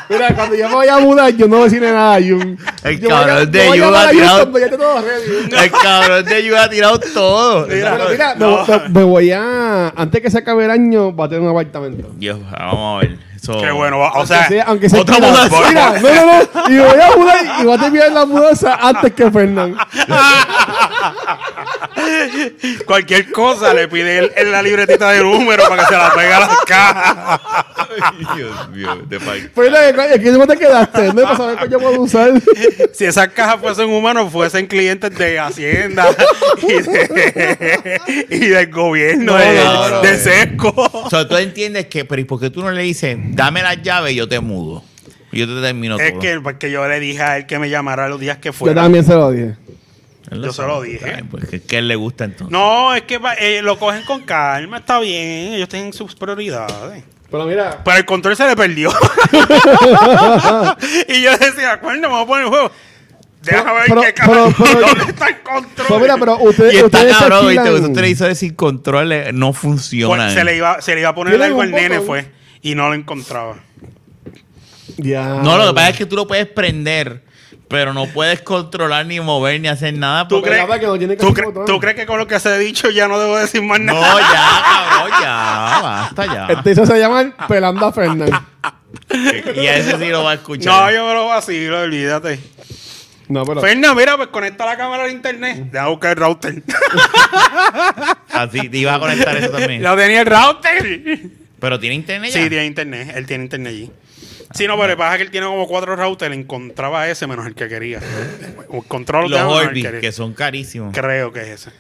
C: Mira, cuando yo me vaya a mudar, yo no voy a decirle nada a Jun.
D: El
C: Yo voy a-
D: cabrón de
C: yo voy a
D: Jun
C: llamar
D: ha
C: a Jun
D: tirado-
C: cuando ya esté todo ready.
D: El cabrón de Yu ha tirado todo.
B: Mira,
C: Pero mira,
B: No.
C: me, me voy a. Antes que se acabe el año, va a tener un apartamento.
D: Dios, vamos a ver. Eso-
B: qué bueno. va- O sea,
C: aunque sea, aunque sea
D: otra
C: mira,
D: mudanza.
C: Mira, no, no, no. Y me voy a mudar y voy a terminar la mudanza antes que Fernán.
B: cualquier cosa le pide él en la libretita de número para que se la pegue a las cajas.
D: Dios mío, de pal-
C: Fernán, ¿en qué número te quedaste? No es para saber cuál yo puedo usar.
B: Si esas cajas fuesen humanos, fuesen clientes de Hacienda y, de- y del gobierno
C: No,
B: de,
C: no,
D: no.
B: de Sesco.
D: O sea, tú entiendes que, pero ¿y por qué tú no le dices, dame las llaves y yo te mudo? Y Yo te termino
B: Es pues,
D: todo.
B: que porque yo le dije a él que me llamara los días que
C: Yo
B: fuera.
C: también se lo dije.
D: Él
B: Yo se
D: sabe.
B: lo dije.
D: Ay, pues, ¿qué, qué le gusta entonces?
B: No, es que va- eh, lo cogen con calma, está bien, ellos tienen sus prioridades.
C: Pero mira,
B: Pero el control se le perdió. y yo decía, ¿cuándo me voy a poner el juego? Déjame ver
C: Pero-
B: qué
C: pero-
B: cabrón.
C: pero-
B: ¿Dónde está el control?
C: pero mira, pero
D: Y
C: ustedes,
D: está
C: ustedes se
D: cabrón, ¿viste?
C: alquilan-
D: Esos televisores sin control eh, no funcionan.
B: Pues, se, le iba, se le iba a poner
C: Tienen
B: algo
C: un
B: al nene,
C: botón.
B: fue. Y no lo encontraba.
C: Ya.
D: No, lo que pasa es que tú lo puedes prender, pero no puedes controlar, ni mover, ni hacer nada.
B: ¿Tú
D: porque-
B: crees,
C: verdad que no tiene que
B: tú,
C: hacer
B: cre-
C: botón.
B: tú crees que con lo que se ha dicho ya no debo decir más
D: No,
B: nada?
D: ya, cabrón, ya. Basta ya.
C: Este hizo se llama Pelando a Fernández. Este-
D: Y a ese sí lo va a
B: No,
D: escuchar.
B: yo me lo vacilo, olvídate.
C: No, pero.
B: Ferna, mira, pues conecta la cámara al internet.
D: Mm.
B: Deja buscar el router.
D: Así te iba a conectar eso también.
B: lo tenía el router.
D: Pero tiene internet ya.
B: Sí, tiene internet. Él tiene internet allí. Sí, no, pero lo que pasa es que él tiene como cuatro routers. Encontraba ese menos el que quería. O Control
D: Los
B: menos el
D: Orbis,
B: quería.
D: que son carísimos.
B: Creo que es ese.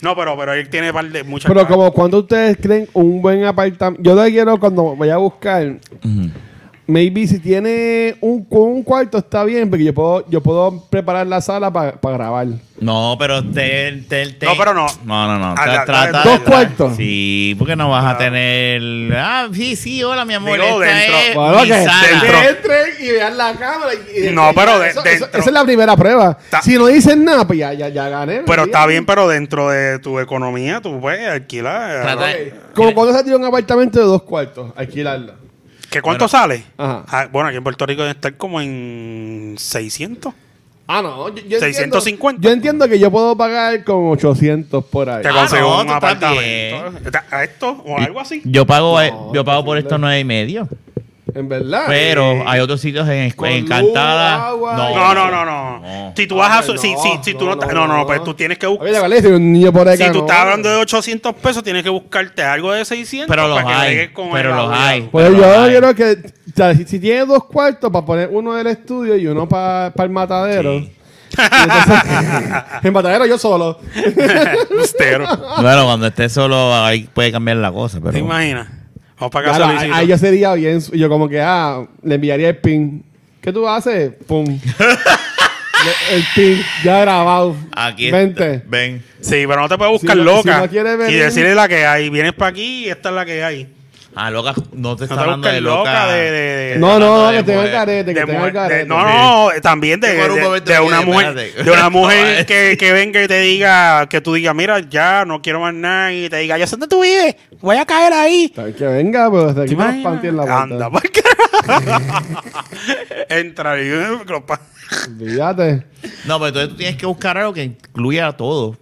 B: No, pero, pero él tiene par de muchas
C: Pero
B: cosas.
C: como cuando ustedes creen un buen apartamento, yo lo que quiero cuando vaya a buscar, maybe si tiene un, con un cuarto está bien, porque yo puedo, yo puedo preparar la sala para grabar.
D: No, pero te, te- te-
B: No, pero no.
D: No, no, no.
B: Ah,
D: Tra-
B: la-
D: trata
B: la-
D: de-
C: Dos cuartos.
D: Sí, porque no vas a tener. Ah, sí, sí, hola, mi amor.
B: Digo,
D: esta
B: dentro.
D: es
C: Bueno,
D: mi
C: que-
D: sala.
B: dentro.
C: entren y vean la cámara. y-
B: No,
C: y-
B: pero de-
C: eso-
B: dentro.
C: eso- esa es la primera prueba.
B: Ta-
C: si no dicen nada, pues ya, ya, ya gané.
B: Pero
C: ¿sí?
B: está bien, pero dentro de tu economía tú puedes alquilar.
D: Trata de-
C: Ok. Como cuando se tira un apartamento de dos cuartos, alquilarla.
B: ¿Qué cuánto
D: Bueno.
B: sale?
C: Ajá.
B: Ah, bueno, aquí en Puerto Rico debe estar como en 600.
C: Ah, no. Yo, yo
B: 650.
C: Entiendo, yo entiendo que yo puedo pagar con 800 por ahí.
B: Te
D: Ah,
B: consigo
D: no,
B: un
D: tú estás
B: apartamento. Está- ¿A esto o algo así?
D: Yo pago, eh,
C: No,
D: yo pago por
C: posible.
D: esto nueve y medio.
C: En verdad.
D: Pero hay otros sitios en, en
C: Con luz,
D: Encantada.
C: agua,
B: No, no, no, no.
D: No.
B: Si tú vas a...
C: Ah,
B: su-
C: pues
B: si,
C: no,
B: si, si tú no,
C: no,
B: estás-
C: no,
B: no, no,
C: no.
B: pues tú tienes que buscar...
C: Oye, vale, si un niño por ahí
B: Si
C: que
B: tú
C: no.
B: estás hablando de 800 pesos, tienes que buscarte algo de 600
D: Pero los
B: para que
D: hay,
B: llegues con
D: pero
B: el
D: los
B: audio.
D: hay.
C: Pues
D: Pero
C: yo
D: hay.
C: quiero que. o sea, si, si tienes dos cuartos para poner uno del estudio y uno para el matadero.
D: Sí.
C: y entonces- en matadero yo solo.
B: Bustero.
D: Claro, cuando estés solo ahí puede cambiar la cosa,
B: ¿Te
D: pero
B: imaginas? Vamos para
C: Claro,
B: casa
C: ahí, ahí yo sería bien. su- Yo, como que, ah, le enviaría el pin. ¿Qué tú haces? Pum. Le- el pin ya grabado.
D: aquí está.
C: Vente.
D: Ven.
B: Sí, pero no te puedes buscar
C: Si no-
B: loca
C: si no quieres
B: y
C: venir-
B: decirle la que hay. Vienes para aquí y esta es la que hay.
D: Ah, loca, no te
B: No
D: está
B: te
D: hablando
B: busques
D: de
B: loca,
D: loca.
B: de- de-
C: No, no,
D: hablando
C: que
D: de
C: tenga el
D: mujer.
C: carete, que
B: De
C: tenga
B: mujer-
C: el carete.
B: de- no, no, eh, también de,
D: Que por un
B: de-
D: momento
B: de
D: me
B: una
D: quedé,
B: mujer,
D: espérate.
B: de una mujer
D: Vale.
B: que, que venga y te diga, que tú digas, mira, ya no quiero más nada y te diga, ya sé dónde tú vives, voy a caer ahí.
C: Está bien Que venga, pero desde
B: ¿Te
C: aquí los
B: imaginas?
C: panties en la puerta.
B: Anda, ¿por qué? Entra y los panties.
C: Olvídate.
D: No, pero entonces tú tienes que buscar algo que incluya a todo.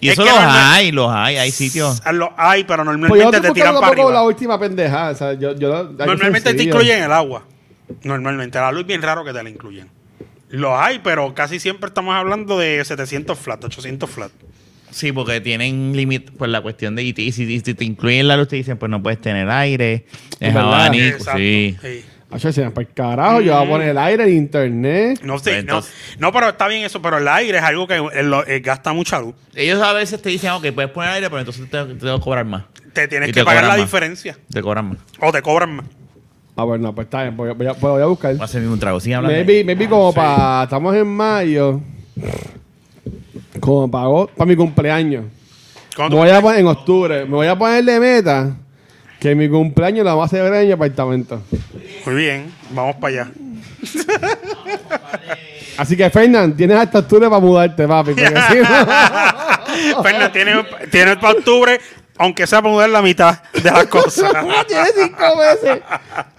D: Y
B: Es
D: eso
B: que
D: los
B: no-
D: hay, los hay, hay sitios.
B: Ah, lo- Ay, pero
C: Pues yo
B: normalmente
C: te
B: te tiran para
C: tampoco la
B: arriba.
C: última pendejada. O sea, yo, yo, la- hay que
B: Normalmente
C: ser
B: te
C: sencillo.
B: incluyen el agua. Normalmente, la luz es bien raro que te la incluyen. Los hay, pero casi siempre estamos hablando de 700 flat, 800 flat.
D: Sí, porque tienen límite por la cuestión de IT. Si, si- si te incluyen la luz, te dicen, pues no puedes tener aire, es
C: verdad.
D: abanico,
B: Exacto,
D: sí.
B: sí.
C: Acho, si para el carajo, yo
B: Mm.
C: voy a poner el aire, el internet.
B: No, sí,
D: Pues
B: no,
D: entonces-
B: no, pero está bien eso, pero el aire es algo que eh, lo- eh, gasta mucha luz.
D: Ellos a veces te dicen, ok, puedes poner aire, pero entonces te, te tengo que cobrar más.
B: Te tienes
D: Y
B: que
D: te
B: pagar
D: cobran
B: la
D: más.
B: diferencia
D: Te cobran más.
B: o te cobran más.
C: Ah, bueno, pues está bien. Voy, a- voy a, voy a buscar.
D: Voy a hacer un trago. Sigue hablando.
C: Maybe,
B: ah,
C: maybe como para. Estamos en mayo. Como para, para mi cumpleaños. Me
B: Cuando-
C: voy a poner en octubre. Me voy a poner de meta que mi cumpleaños la voy a celebrar en mi apartamento.
B: Muy bien, vamos para allá.
C: Así que, Fernán, tienes hasta octubre para mudarte, papi. porque si no-
B: Fernan, tiene, tiene para octubre, aunque sea para mudar la mitad de las cosas.
C: tienes cinco meses.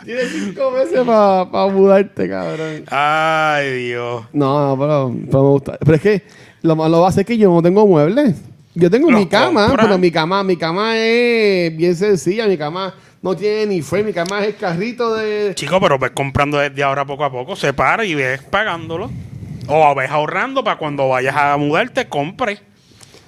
C: Tienes cinco meses para mudarte, cabrón.
B: Ay, Dios.
C: No, no, pero, pero me gusta. Pero es que lo malo va a ser que yo no tengo muebles. Yo tengo
B: Los
C: mi cama,
B: compras.
C: pero mi cama, mi cama es bien sencilla, mi cama no tiene ni fue, mi cama es el carrito de.
B: Chico, pero ves comprando desde ahora poco a poco, separa y ves pagándolo. O ves ahorrando para cuando vayas a mudarte, compres.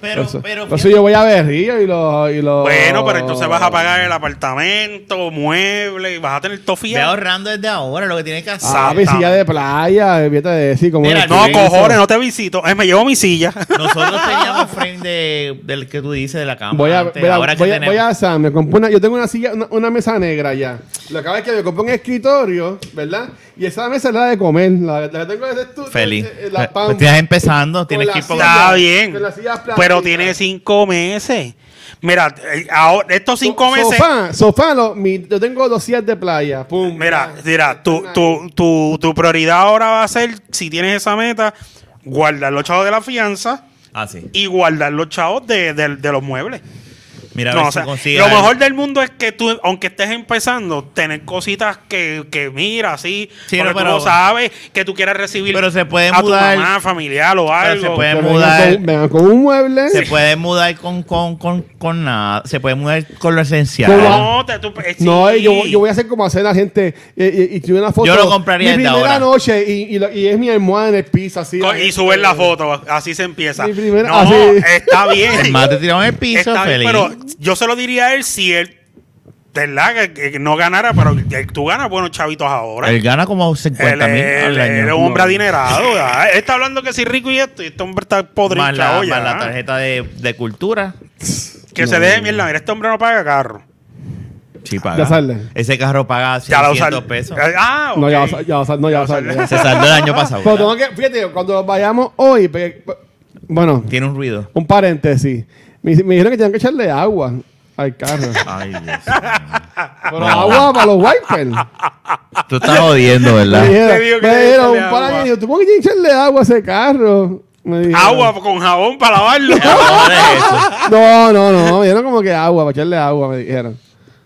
D: Pero,
C: eso.
D: pero,
C: Por eso yo voy a ver río y los. Y los-
B: Bueno, pero entonces vas a pagar el apartamento, mueble, y vas a tener todo
D: ve
B: fiado.
D: ahorrando desde ahora lo que tienes que hacer.
C: Ah, mi silla de playa, fíjate de decir como.
D: Mira,
B: No,
D: Sí,
B: cojones, no te visito. Eh, me llevo mi silla.
D: Nosotros teníamos frame de, del que tú dices de la cama.
C: Voy a,
D: antes,
C: mira,
D: ahora que
C: voy, a,
D: tenemos.
C: voy a Sam, me compré una, yo tengo una silla, una, una mesa negra ya. Lo que pasa es que me compré un escritorio, ¿verdad? Y esa mesa es la de comer. La, la que tengo es tú.
D: Feliz.
C: eh, eh, La pan.
D: Estás empezando, pues, tienes
C: la
D: que ir por
C: silla.
B: Está
C: Con
B: bien.
C: las sillas plásticas.
B: Pero tiene cinco meses. Mira, eh, ahora- estos cinco
C: So-
B: meses.
C: Sofá, sofá, lo- mi- yo tengo dos sillas de playa. Pum.
B: Mira,
C: Ah,
B: mira, tu,
C: están ahí.
B: tu, tu, tu prioridad ahora va a ser, si tienes esa meta, guardar los chavos de la fianza
D: Ah, sí.
B: y guardar los chavos de, de- de los muebles.
D: Mira, a
B: No,
D: ver
B: o sea,
D: si consigues
B: lo
D: algo.
B: mejor del mundo es que tú, aunque estés empezando, tener cositas que, que mira, así,
D: Sí,
B: porque
D: no,
B: tú
D: pero-
B: no sabes que tú quieres recibir
D: Pero se puede
B: a
D: mudar.
B: tu mamá, familiar o
D: Pero
B: algo.
D: se puede
C: Pero
D: mudar.
C: vengan con- Vengan con un mueble.
D: Se puede mudar con, con, con, con nada. Se puede mudar con lo esencial.
C: Con la-
B: No, te- tú- eh,
C: No,
B: sí.
C: eh, yo, yo voy a hacer como hacer la gente eh, eh, y, tuve una foto.
D: Yo lo compraría
C: Mi
D: desde
C: primera
D: ahora.
C: noche y, y lo- y es mi almohada en el piso así. eh,
B: Co- Y subir la foto, así se empieza.
C: Mi primera-
B: no,
C: así.
B: está
D: Es
B: bien.
D: más, te tiraron el piso,
B: Está bien,
D: feliz.
B: pero yo se lo diría a él si él, ¿verdad? Que, que no ganara, pero que tú ganas buenos chavitos ahora.
D: Él gana como
B: él
D: 50 mil
B: él-
D: al año.
B: él es un hombre adinerado. ¿verdad? Él está hablando que si rico y esto, y este hombre está podrido.
D: Más la,
B: chavo, ya.
D: más la tarjeta de, de cultura.
B: Que se deje mierda. Mira, este hombre no paga carro.
D: Sí, paga.
C: Ya sale.
D: Ese carro paga
B: Ya la
D: 600
B: usa.
D: pesos.
B: Ah, ok.
C: No, ya va a sal- ya va a sal- no, ya va a
B: Ya va a
C: sal-
D: Se saldó el año pasado.
C: Pero
D: ¿verdad?
C: tengo que, fíjate, cuando vayamos hoy, porque- bueno,
D: Tiene un ruido.
C: un paréntesis. Me, me dijeron que tenían que echarle agua al carro.
D: Ay, Dios.
C: Pero agua para los wipers.
D: Tú estás jodiendo,
C: Me
D: ¿verdad?
B: Te digo
C: dijeron,
B: que tiene que
C: pero un
B: echarle
C: pana
B: agua.
C: me dijo, ¿tú por qué tienes que echarle agua a ese carro? Me dijeron.
B: Agua con jabón para lavarlo.
D: Ahora eso.
C: No, no, no, me dijeron como que agua, para echarle agua, me dijeron.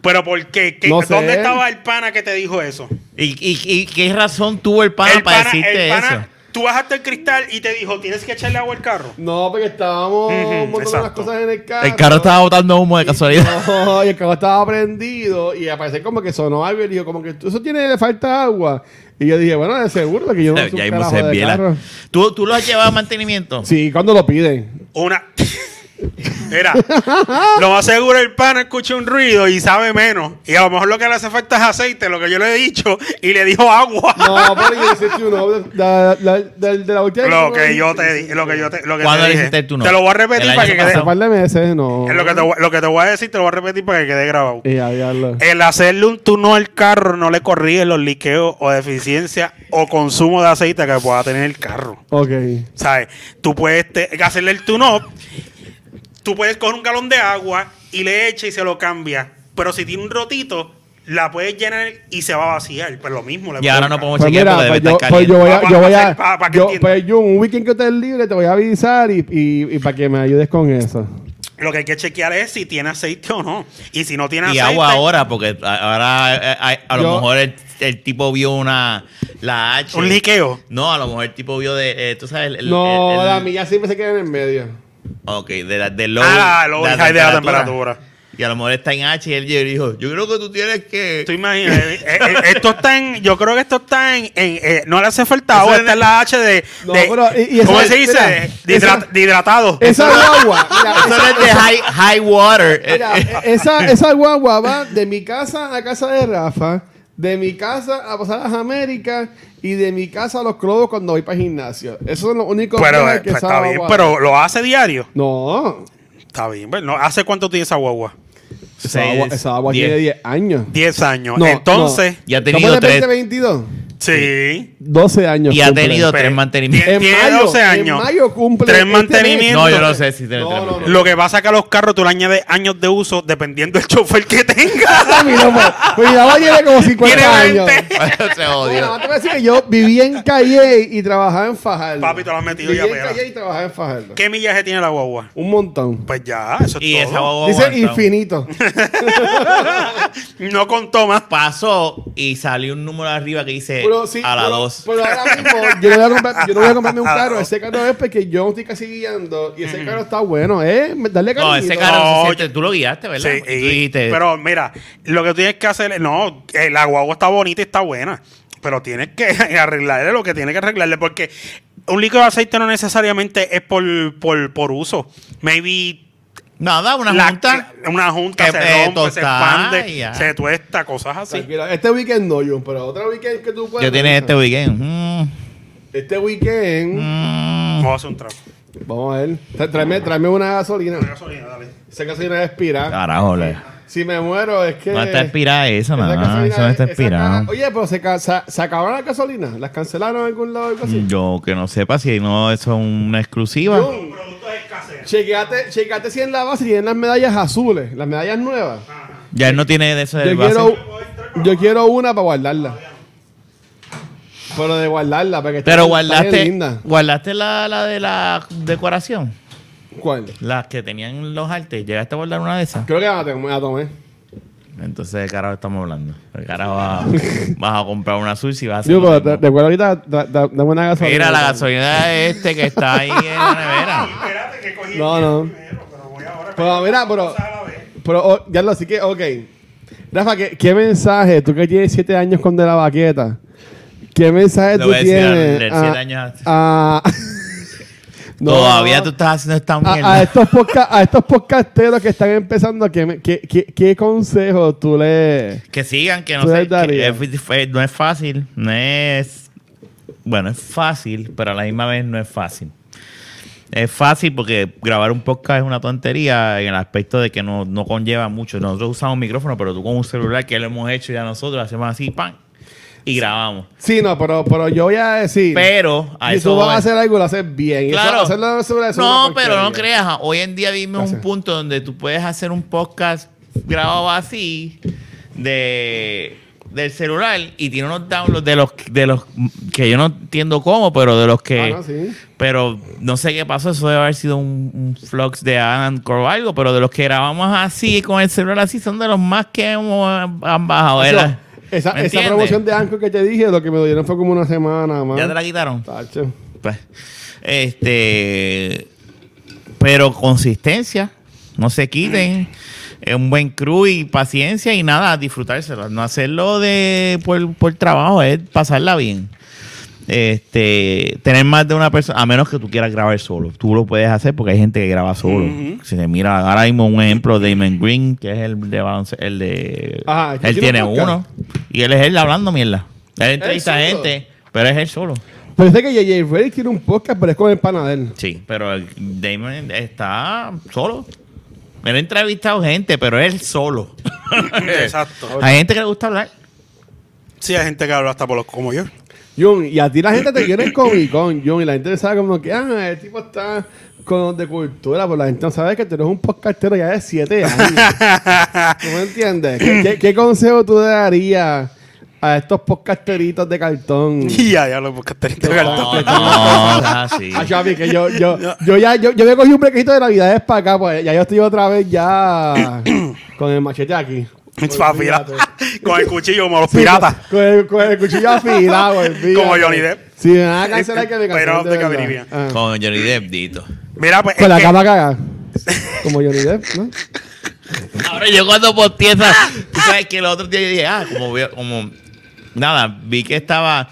B: pero ¿por qué? ¿Qué-
C: No sé.
B: ¿Dónde estaba el pana que te dijo eso?
D: ¿Y, y, y qué razón tuvo el pana
B: el
D: para
B: pana,
D: decirte
B: el pana-
D: eso?
B: tú bajaste el cristal y te dijo, tienes que echarle agua al carro.
C: No, porque estábamos
B: Ujú,
C: montando unas
B: exacto.
C: cosas en el carro.
D: El carro estaba botando humo de casualidad.
C: No, y el carro estaba prendido y aparece como que sonó algo y dijo como que eso tiene le falta agua. Y yo dije, bueno, de seguro que yo no sé un
D: ya mismo
C: carajo
D: se
C: de
D: enviela.
C: carro.
D: ¿Tú, ¿Tú lo has llevado a mantenimiento?
C: Sí, cuando lo piden.
B: Una. Mira, lo más seguro el pana escucha un ruido y sabe menos. Y a lo mejor lo que le hace falta es aceite, lo que yo le he dicho, y le dijo agua.
C: No, pero yo hice que uno de, de- de- de- de la última
B: lo que
C: uno
B: yo
C: hizo.
B: te di- lo que yo te, lo que
D: ¿Cuándo
B: te
D: le
B: dije.
D: hiciste tú no?
B: Te lo voy a
D: El
B: repetir para
D: año
B: que quede.
C: Hace un par de meses, no.
B: Lo que, te, voy- lo que te voy a decir, te lo voy a repetir para que quede grabado.
C: Y ya, ya lo-
B: El hacerle un turno al carro no le corrige los liqueos o deficiencia o consumo de aceite que pueda tener el carro.
C: Ok.
B: ¿Sabes? Tú puedes te- hacerle el tune-up, tú puedes coger un galón de agua y le echa y se lo cambia. Pero si tiene un rotito, la puedes llenar y se va a vaciar. Pues lo mismo. le
D: Y ahora no
B: puedes
D: podemos
C: Pues
D: chequear
C: mira,
D: porque debe
C: pues
D: estar
C: yo, pues
D: caliente.
C: yo voy
B: Pa- pa-
C: a, yo voy a,
B: pa- pa que
C: yo-
B: entienda.
C: pues yo un weekend que estés libre te voy a avisar y, y, y para que me ayudes con eso.
B: Lo que hay que chequear es si tiene aceite o no. Y si no tiene
D: y
B: aceite.
D: agua ahora, porque a- ahora eh, a, a lo
C: Yo-
D: mejor el, el tipo vio una la H.
B: Un liqueo.
D: No, a lo mejor el tipo vio de, eh, tú sabes, el, el-
C: no,
D: el- el-
C: la mía siempre se queda en el medio.
D: Ok, de la, del low,
B: Ah, lo de la, temperatura.
D: Y a lo mejor está en H y él llegó y dijo, yo creo que tú tienes que...
B: Tú imaginas, eh, eh, eh, esto está en, yo creo que esto está en, en, eh, no le hace falta agua,
D: Eso
B: esta
D: es-
B: es la H de,
C: No,
B: de-
C: pero, y- y eso
B: ¿cómo
C: es-
B: se dice?
C: mira,
B: De hidrat-
C: esa-
B: de hidratado.
C: Esa guagua, mira,
D: Eso no
C: esa,
D: es de high, high water. Eh,
C: mira,
D: eh,
C: e- esa, esa guagua va de mi casa a casa de Rafa, de mi casa a pasar las Américas y de mi casa a los Clobos cuando voy para el gimnasio. Eso son los únicos
B: Pero,
C: viajes
B: eh, pues,
C: esa
B: está bien,
C: guagua-
B: pero lo hace diario.
C: No,
B: Está bien, bueno, ¿hace cuánto tiene esa guagua?
C: esa
D: Seis,
C: agua, esa agua
D: diez.
C: tiene 10 años.
B: 10 años.
C: No,
B: Entonces,
D: Y ha
C: ¿Cómo
D: tenido
C: de
D: tres...
C: 2022?
B: sí.
C: 12 años.
D: Y ha
C: cumple.
D: tenido tres
B: Pero-
D: mantenimientos.
B: Tiene 12 años.
C: En mayo cumple. este
B: Tres
C: mes.
B: mantenimientos.
D: No, yo no sé si tiene
C: No,
D: tres
C: no, no.
B: Lo que pasa es que a los carros tú le añades años de uso dependiendo del chofer que tenga.
C: Ah, mira, pues, pues, mi mamá tiene como 50
B: Tiene
C: años.
B: 20.
D: Se
C: Bueno,
D: jodió.
C: te voy a decir que yo vivía en Calle y trabajaba en Fajardo.
B: Papi, te lo has metido
C: Vivía
B: ya,
C: en
B: pega.
C: Calle y trabajaba en Fajardo.
B: ¿Qué millaje tiene la guagua?
C: Un montón.
B: Pues ya, eso es
D: Y
B: todo.
D: esa boba
C: Dice
D: aguanta.
C: infinito.
B: No contó más.
D: Pasó y salió un número arriba que dice
C: Pero sí,
D: a la
C: pero-
D: 2.
C: Pero ahora mismo yo no voy a, comprar- yo no voy a comprarme un carro. Ese carro es porque yo estoy casi guiando y ese carro está bueno. Eh, dale
D: No,
C: cariñito.
D: ese carro no se
B: No,
D: siente- tú lo guiaste, ¿verdad?
B: Sí,
D: Y tú
B: y-
D: dijiste,
B: pero mira, lo que tienes que hacer es, no, eh, la guagua está bonita y está buena, pero tienes que arreglarle lo que tienes que arreglarle, porque un líquido de aceite no necesariamente es por, por, por uso. Maybe
D: nada, una
B: la-
D: junta.
B: la- una junta
D: que,
B: se
D: eh,
B: rompe, se
D: tostada,
B: expande,
D: ya.
B: se tuesta, cosas así.
C: Tranquilo. Este weekend no, yo, pero otro weekend que tú puedes.
D: Yo tiene este weekend. Mm,
C: Este weekend.
D: mm.
B: Vamos a hacer un trago.
C: Vamos a ver. Tra- Tráeme, tráeme una gasolina.
B: Gasolina, dale.
C: Esa gasolina es expirada.
D: Carajo, le.
C: si me muero, es que.
D: No está expirada
C: esa
D: eso, nada.
C: gasolina-
D: Eso no está
C: esa
D: expirado.
C: cara- Oye, pero se, ca- se, se acabaron las gasolinas. ¿Las cancelaron en algún lado o algo así?
D: Mm, Yo que no sepa si no eso es una exclusiva.
C: Yo-
B: Productos escaseos.
C: Chequeate, chequeate si en la base tienen las medallas azules, las medallas nuevas.
D: Ya él no tiene de eso Ah,
C: Yo
D: del vaso.
C: quiero, yo quiero una para guardarla. Pero de guardarla, porque está-
D: Pero
C: está bien
D: guardaste,
C: linda.
D: guardaste la, la de la decoración.
C: ¿Cuál?
D: Las que tenían los artes. Llegaste a guardar una de esas.
C: Creo que la tomé. La tomé.
D: Entonces, ¿de carajo estamos hablando? ¿De carajo vas, vas a comprar una azul si vas a hacer
C: Yo,
D: lo
C: pero
D: mismo?
C: te- te acuerdas ahorita, da- da- dame una gasolina.
D: Mira la gasolina de este que está ahí en la nevera.
B: Espérate que cogí
C: No,
B: el
C: no.
B: primero, pero voy ahora.
C: Pero mira, pero.
B: Cosas a la vez.
C: Pero, oh, ya lo, así que, ok. Rafa, ¿qué, qué mensaje? Tú que tienes 7 años con De La Baqueta. ¿Qué mensaje
D: Le
C: tú
D: voy a decir a
C: tienes?
D: Andrés,
C: a-
D: siete años.
C: a- No,
D: Todavía tú estás haciendo esta
C: A, a
D: mierda.
C: estos podca- a estos podcasteros que están empezando, ¿qué, me- qué, qué, qué consejo tú le.?
D: Que sigan, que no
C: Tú
D: sé.
C: eres Darío.
D: que es- fue- no es fácil. No es. Bueno, es fácil, pero a la misma vez no es fácil. Es fácil porque grabar un podcast es una tontería en el aspecto de que no, no conlleva mucho. Nosotros usamos un micrófono, pero tú con un celular que lo hemos hecho ya nosotros, hacemos así, pan, y grabamos.
C: Sí, no, pero, pero yo voy a decir.
D: Pero a
C: si
D: eso
C: tú vas
D: voy.
C: a hacer algo, lo haces bien. Y eso-
D: Claro.
C: hacerlo sobre eso es
D: no,
C: una
D: pero no
C: porquería.
D: creas. ajá, Hoy en día vivimos
C: Gracias.
D: un punto donde tú puedes hacer un podcast grabado así de del celular y tiene unos downloads de los de los que yo no entiendo cómo, pero de los que
C: Ah, no, sí.
D: pero no sé qué pasó, eso debe haber sido un, un flux de Adam o algo, pero de los que grabamos así con el celular así son de los más que hemos han bajado.
C: O sea,
D: ¿verdad?
C: esa,
D: ¿Me
C: esa
D: entiendes?
C: promoción de Anco que te dije, lo que me dieron fue como una semana más.
D: ya te la quitaron.
C: Tacho.
D: Pues, este, pero consistencia, no se quiten, es un buen crew y paciencia y nada, disfrutárselo, no hacerlo de por, por trabajo, es pasarla bien. Este, tener más de una persona, a menos que tú quieras grabar solo, tú lo puedes hacer porque hay gente que graba solo. Si te mira, ahora mismo un ejemplo, Damon Green, que es el de balance, el de,
C: Ajá, ¿que
D: él
C: tiene
D: tiene
C: podcast?
D: uno y él es él hablando mierda. Él entrevista
C: solo.
D: gente, pero es él solo.
C: Parece que JJ Reddick tiene un podcast, pero es con el pana de él.
D: Sí, pero el Damon está solo. Él ha entrevistado gente, pero él solo.
B: Exacto.
D: Hay gente que le gusta hablar.
B: Sí, hay gente que habla hasta por los como yo.
C: Jun, y a ti la gente te quiere en Comic Con, Jun, y la gente sabe como que, ah, el tipo está con los de cultura, pero la gente no sabe que tú eres un podcastero ya de 7 años. ¿Tú me entiendes? ¿Qué, qué, qué consejo tú le darías a estos podcasteritos de cartón?
B: Y ya, ya lo busqué este cartón.
D: No, no, así.
C: Ah, Chavi, que yo, yo, yo ya, yo, yo me cogí un brequito de Navidades para acá, pues ya yo estoy otra vez ya con el machete aquí.
B: Es pa' pirata. Con el cuchillo como los
C: Sí, pues.
B: piratas.
C: Con el, con el cuchillo afilado, olvídate.
B: Como Johnny Depp.
C: Sí, me van a cancelar que me
B: Pero
C: cancelen
B: de
C: verdad.
B: Caribbean.
C: Ah.
D: Con Johnny Depp, Dito.
B: Mira, pues. es
C: Con la
B: que-
C: cama caga. Como Johnny Depp, ¿no?
D: Ahora yo cuando posteé esa, tú sabes que el otro día yo dije, ah, como, veo- como nada, vi que estaba,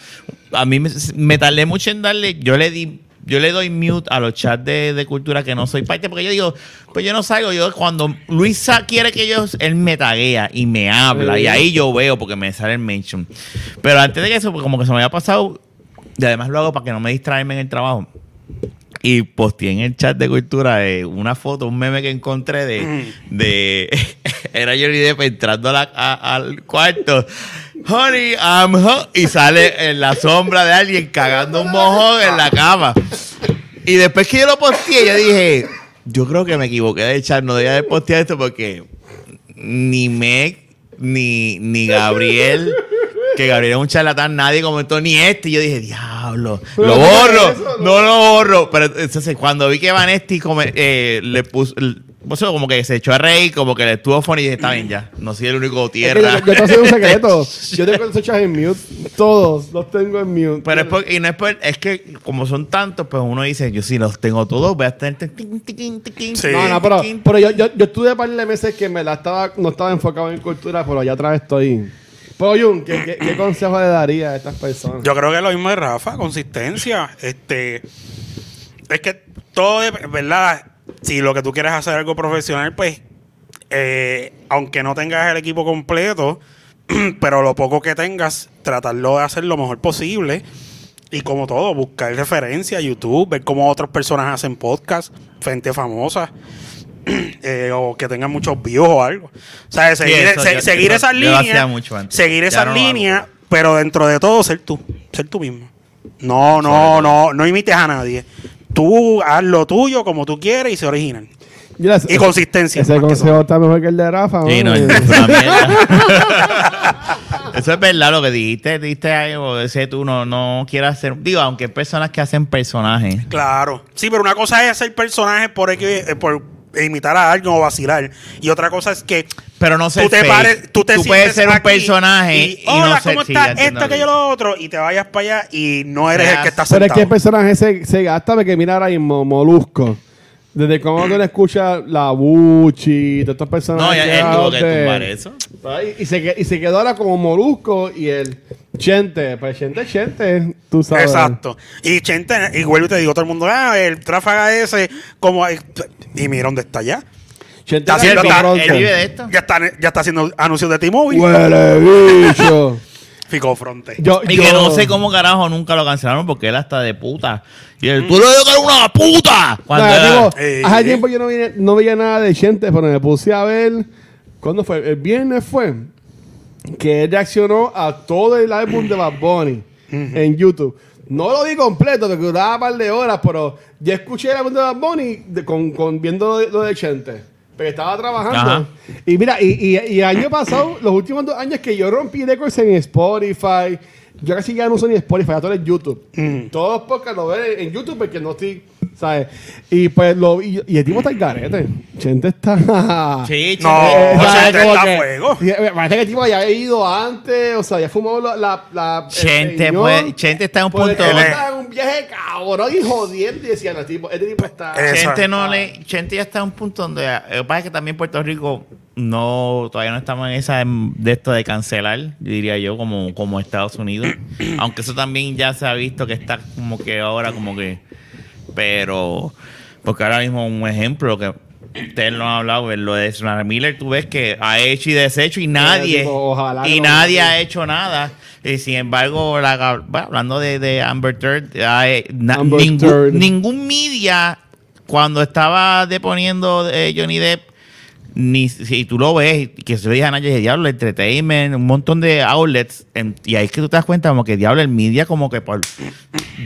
D: a mí me, me tardé mucho en darle, yo le di, yo le doy mute a los chats de, de cultura que no soy parte, porque yo digo, pues yo no salgo, yo cuando Luisa quiere que yo, él me taguea y me habla, y ahí yo veo porque me sale el mention. Pero antes de eso, pues como que se me había pasado, y además lo hago para que no me distraerme en el trabajo. Y posteé en el chat de cultura eh, una foto, un meme que encontré de.
C: Mm.
D: de era Johnny Depp entrando a la- a- al cuarto. Honey, I'm hot. Y sale en la sombra de alguien cagando un mojón en la cama. Y después que yo lo posteé, yo dije: Yo creo que me equivoqué de chat, no debía de postear esto porque ni Meg, ni, ni Gabriel. Que Gabriel es un charlatán, nadie comentó ni este. Y yo dije, diablo,
C: Pero
D: lo
C: no
D: borro.
C: es eso, ¿no?
D: no no lo borro. Pero entonces, cuando vi que Vanesti come- eh, le puso. el- puso como que se echó a reír, como que le estuvo funny y dije, está bien ya. No soy el único
C: Es que yo,
D: tierra.
C: yo te hago un secreto. Yo tengo los hechos en mute. Todos los tengo en mute.
D: Pero es, por- y no es, por- es que como son tantos, pues uno dice, yo sí los tengo todos, voy a tener... este
B: Sí.
C: No, no, pero, pero yo, yo, yo estuve un par de meses que me la estaba, no estaba enfocado en cultura, pero allá atrás estoy. Pero Jun, ¿qué, qué, qué consejo le daría a estas personas?
B: Yo creo que lo mismo de Rafa, consistencia. Este, es que todo, dep- ¿verdad? Si lo que tú quieres hacer es algo profesional, pues, eh, aunque no tengas el equipo completo, pero lo poco que tengas, tratarlo de hacer lo mejor posible. Y como todo, buscar referencia, YouTube, ver cómo otras personas hacen podcast, gente famosa. eh, o que tengan muchos views o algo. O sea, seguir,
D: eso
B: se-
D: yo-
B: seguir
D: yo-
B: esas
D: yo lo
B: líneas.
D: hacía mucho antes.
B: Seguir
D: Ya
B: esas
D: no lo hago.
B: líneas, pero dentro de todo, ser tú. Ser tú mismo. No, no, no, no imites a nadie. Tú haz lo tuyo como tú quieres y se originan.
C: Mira,
B: Y consistencia.
C: Ese
B: más que
C: consejo está mejor que el de Rafa.
D: Sí, no,
C: mano.
D: es una mierda. Eso es verdad lo que dijiste, dijiste algo, ese tú no, no quieras hacer, digo, aunque hay personas que hacen personajes.
B: Claro. Sí, pero una cosa es hacer personajes por, X- eh, por imitar a alguien o vacilar. Y otra cosa es que
D: Pero no sé.
B: tú te pares, tú te
D: puedes
B: sientes
D: ser un
B: aquí
D: personaje
B: y,
D: y,
B: hola,
D: no ser
B: ¿cómo
D: sí, ya
B: estás?
D: entiendo
B: Esto,
D: lo que-
B: aquello, lo otro. Y te vayas para allá y no eres
D: Seas-
B: el que está
C: Pero es
B: sentado.
C: que el personaje se, se gasta porque mira ahora mismo Molusco. Desde cómo tú le escuchas la Buchi, de estos personajes.
D: No, ya él tuvo que
C: de-
D: tumbar eso.
C: Ay, Y se, que- y se quedó ahora como Molusco y el Chente. Pero Chente, Chente, tú sabes.
B: Exacto. Y Chente, y vuelvo y te digo todo el mundo, ah, el tráfaga ese, como y mira dónde está ya.
C: Chente
B: Está
C: era
B: haciendo
C: el
B: ta-
C: cabrón
D: él
C: que-
D: vive de esto.
B: Ya está, ya está haciendo anuncios de T-Mobile.
C: Huele bicho.
B: Ficó fronte.
C: Yo-
D: Y
C: yo-
D: que no sé cómo carajo nunca lo cancelaron porque él hasta de puta. Y él, tú le dices que eres una puta.
C: No,
D: Cuando era-
C: digo,
B: Eh,
C: hace
B: eh.
C: tiempo yo no, veía- no veía nada de Chente, pero me puse a ver. ¿Cuándo fue? El viernes fue. Que él reaccionó a todo el álbum de Bad Bunny en YouTube. No lo vi completo, porque duraba un par de horas, pero ya escuché el álbum de Bad Bunny de- con, con- viendo lo de, lo de Chente. Porque estaba trabajando.
D: Ajá.
C: Y mira, y, y, y año pasado, los últimos dos años que yo rompí récords en Spotify, yo casi ya no uso ni Spotify, ya todo es YouTube.
B: Mm.
C: Todos los podcasts los veo en- en YouTube porque no estoy, ¿sabes? Y pues lo y, y el tipo está en garete. Gente está.
D: Sí,
B: No,
D: chico.
C: Eh, ¿sabes?
B: Chente
C: Como
B: está a
C: que-
B: fuego.
C: y, eh, Parece que el tipo ya había ido antes, o sea, ya fumó la. la, la- el
D: Chente,
C: peñón.
D: pues, Chente está en un
C: Pues,
D: punto.
C: el tipo
B: donde-
C: estaba en un viaje cabrón y jodiendo y decían, tipo, este tipo está.
B: Eh,
D: Chente
B: Exacto.
D: no le, Chente ya está en un punto donde eh, lo que pasa es que también Puerto Rico no todavía no estamos en esa em, de esto de cancelar, yo diría yo como como Estados Unidos, aunque eso también ya se ha visto que está como que ahora como que pero porque ahora mismo un ejemplo que ustedes lo han hablado es lo de Ezra Miller tú ves que ha hecho y deshecho y nadie
C: tipo, ojalá
D: y
C: no-
D: nadie ha hecho nada y sin embargo la, ga- bueno, hablando de, de Amber Heard ha- eh, na-
C: Amber
D: ningún-
C: Heard.
D: ningún media cuando estaba deponiendo eh, Johnny Depp ni si tú lo ves y que se lo dije a Naya dije, diablo entertainment un montón de outlets en- y ahí es que tú te das cuenta como que diablo el media como que por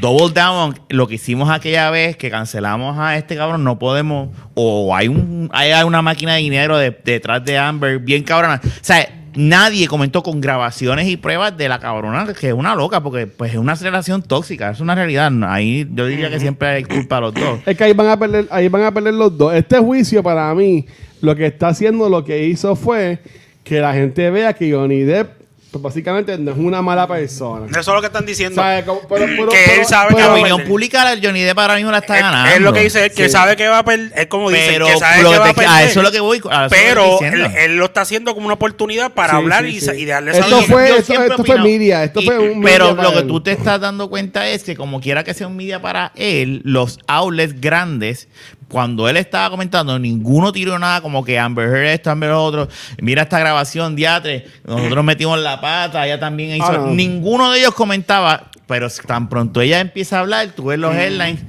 D: double down lo que hicimos aquella vez que cancelamos a este cabrón no podemos o hay un hay una máquina de dinero de- detrás de Amber bien cabrona o sea nadie comentó con grabaciones y pruebas de la cabrona que es una loca porque pues es una relación tóxica es una realidad ahí yo diría que siempre hay culpa a los dos
C: Es que ahí van a perder, ahí van a perder los dos. Este juicio para mí, lo que está haciendo, lo que hizo fue que la gente vea que Johnny Depp, pues, básicamente no es una mala persona.
B: Eso es lo que están diciendo.
C: ¿Sabes? Como- pero- pero-
B: Que
C: pero-
B: él sabe
C: pero-
B: que
D: la
B: va a
D: opinión
B: perder.
D: pública la Johnny Depp ahora mismo la está
B: pues, Es-
D: ganando
B: Es, lo que dice él, que
C: Sí.
B: sabe que va a perder. Es como dice,
D: pero
B: que sabe
D: lo
B: que
D: que
B: va a
D: te- a
B: perder.
D: eso es lo que voy a eso es lo que
B: pero
D: estoy
B: él,
D: diciendo.
B: él lo está haciendo como una oportunidad para
C: Sí,
B: hablar
C: sí,
B: y,
C: sí.
B: sa- y darle
C: Esto
B: esa
C: fue-
D: yo
C: esto-
D: siempre he
C: esto fue
D: opinado-
C: media, esto fue un media
D: Pero
C: para
D: lo que
C: él.
D: tú te estás dando cuenta es que como quiera que sea un media para él, los outlets grandes, cuando él estaba comentando, ninguno tiró nada como que Amber Heard esto, Amber lo otro, mira esta grabación, diatre, nosotros metimos la pata, ella también hizo...
C: Ah, no.
D: Ninguno de ellos comentaba, pero tan pronto ella empieza a hablar, tú ves
C: Mm.
D: los headlines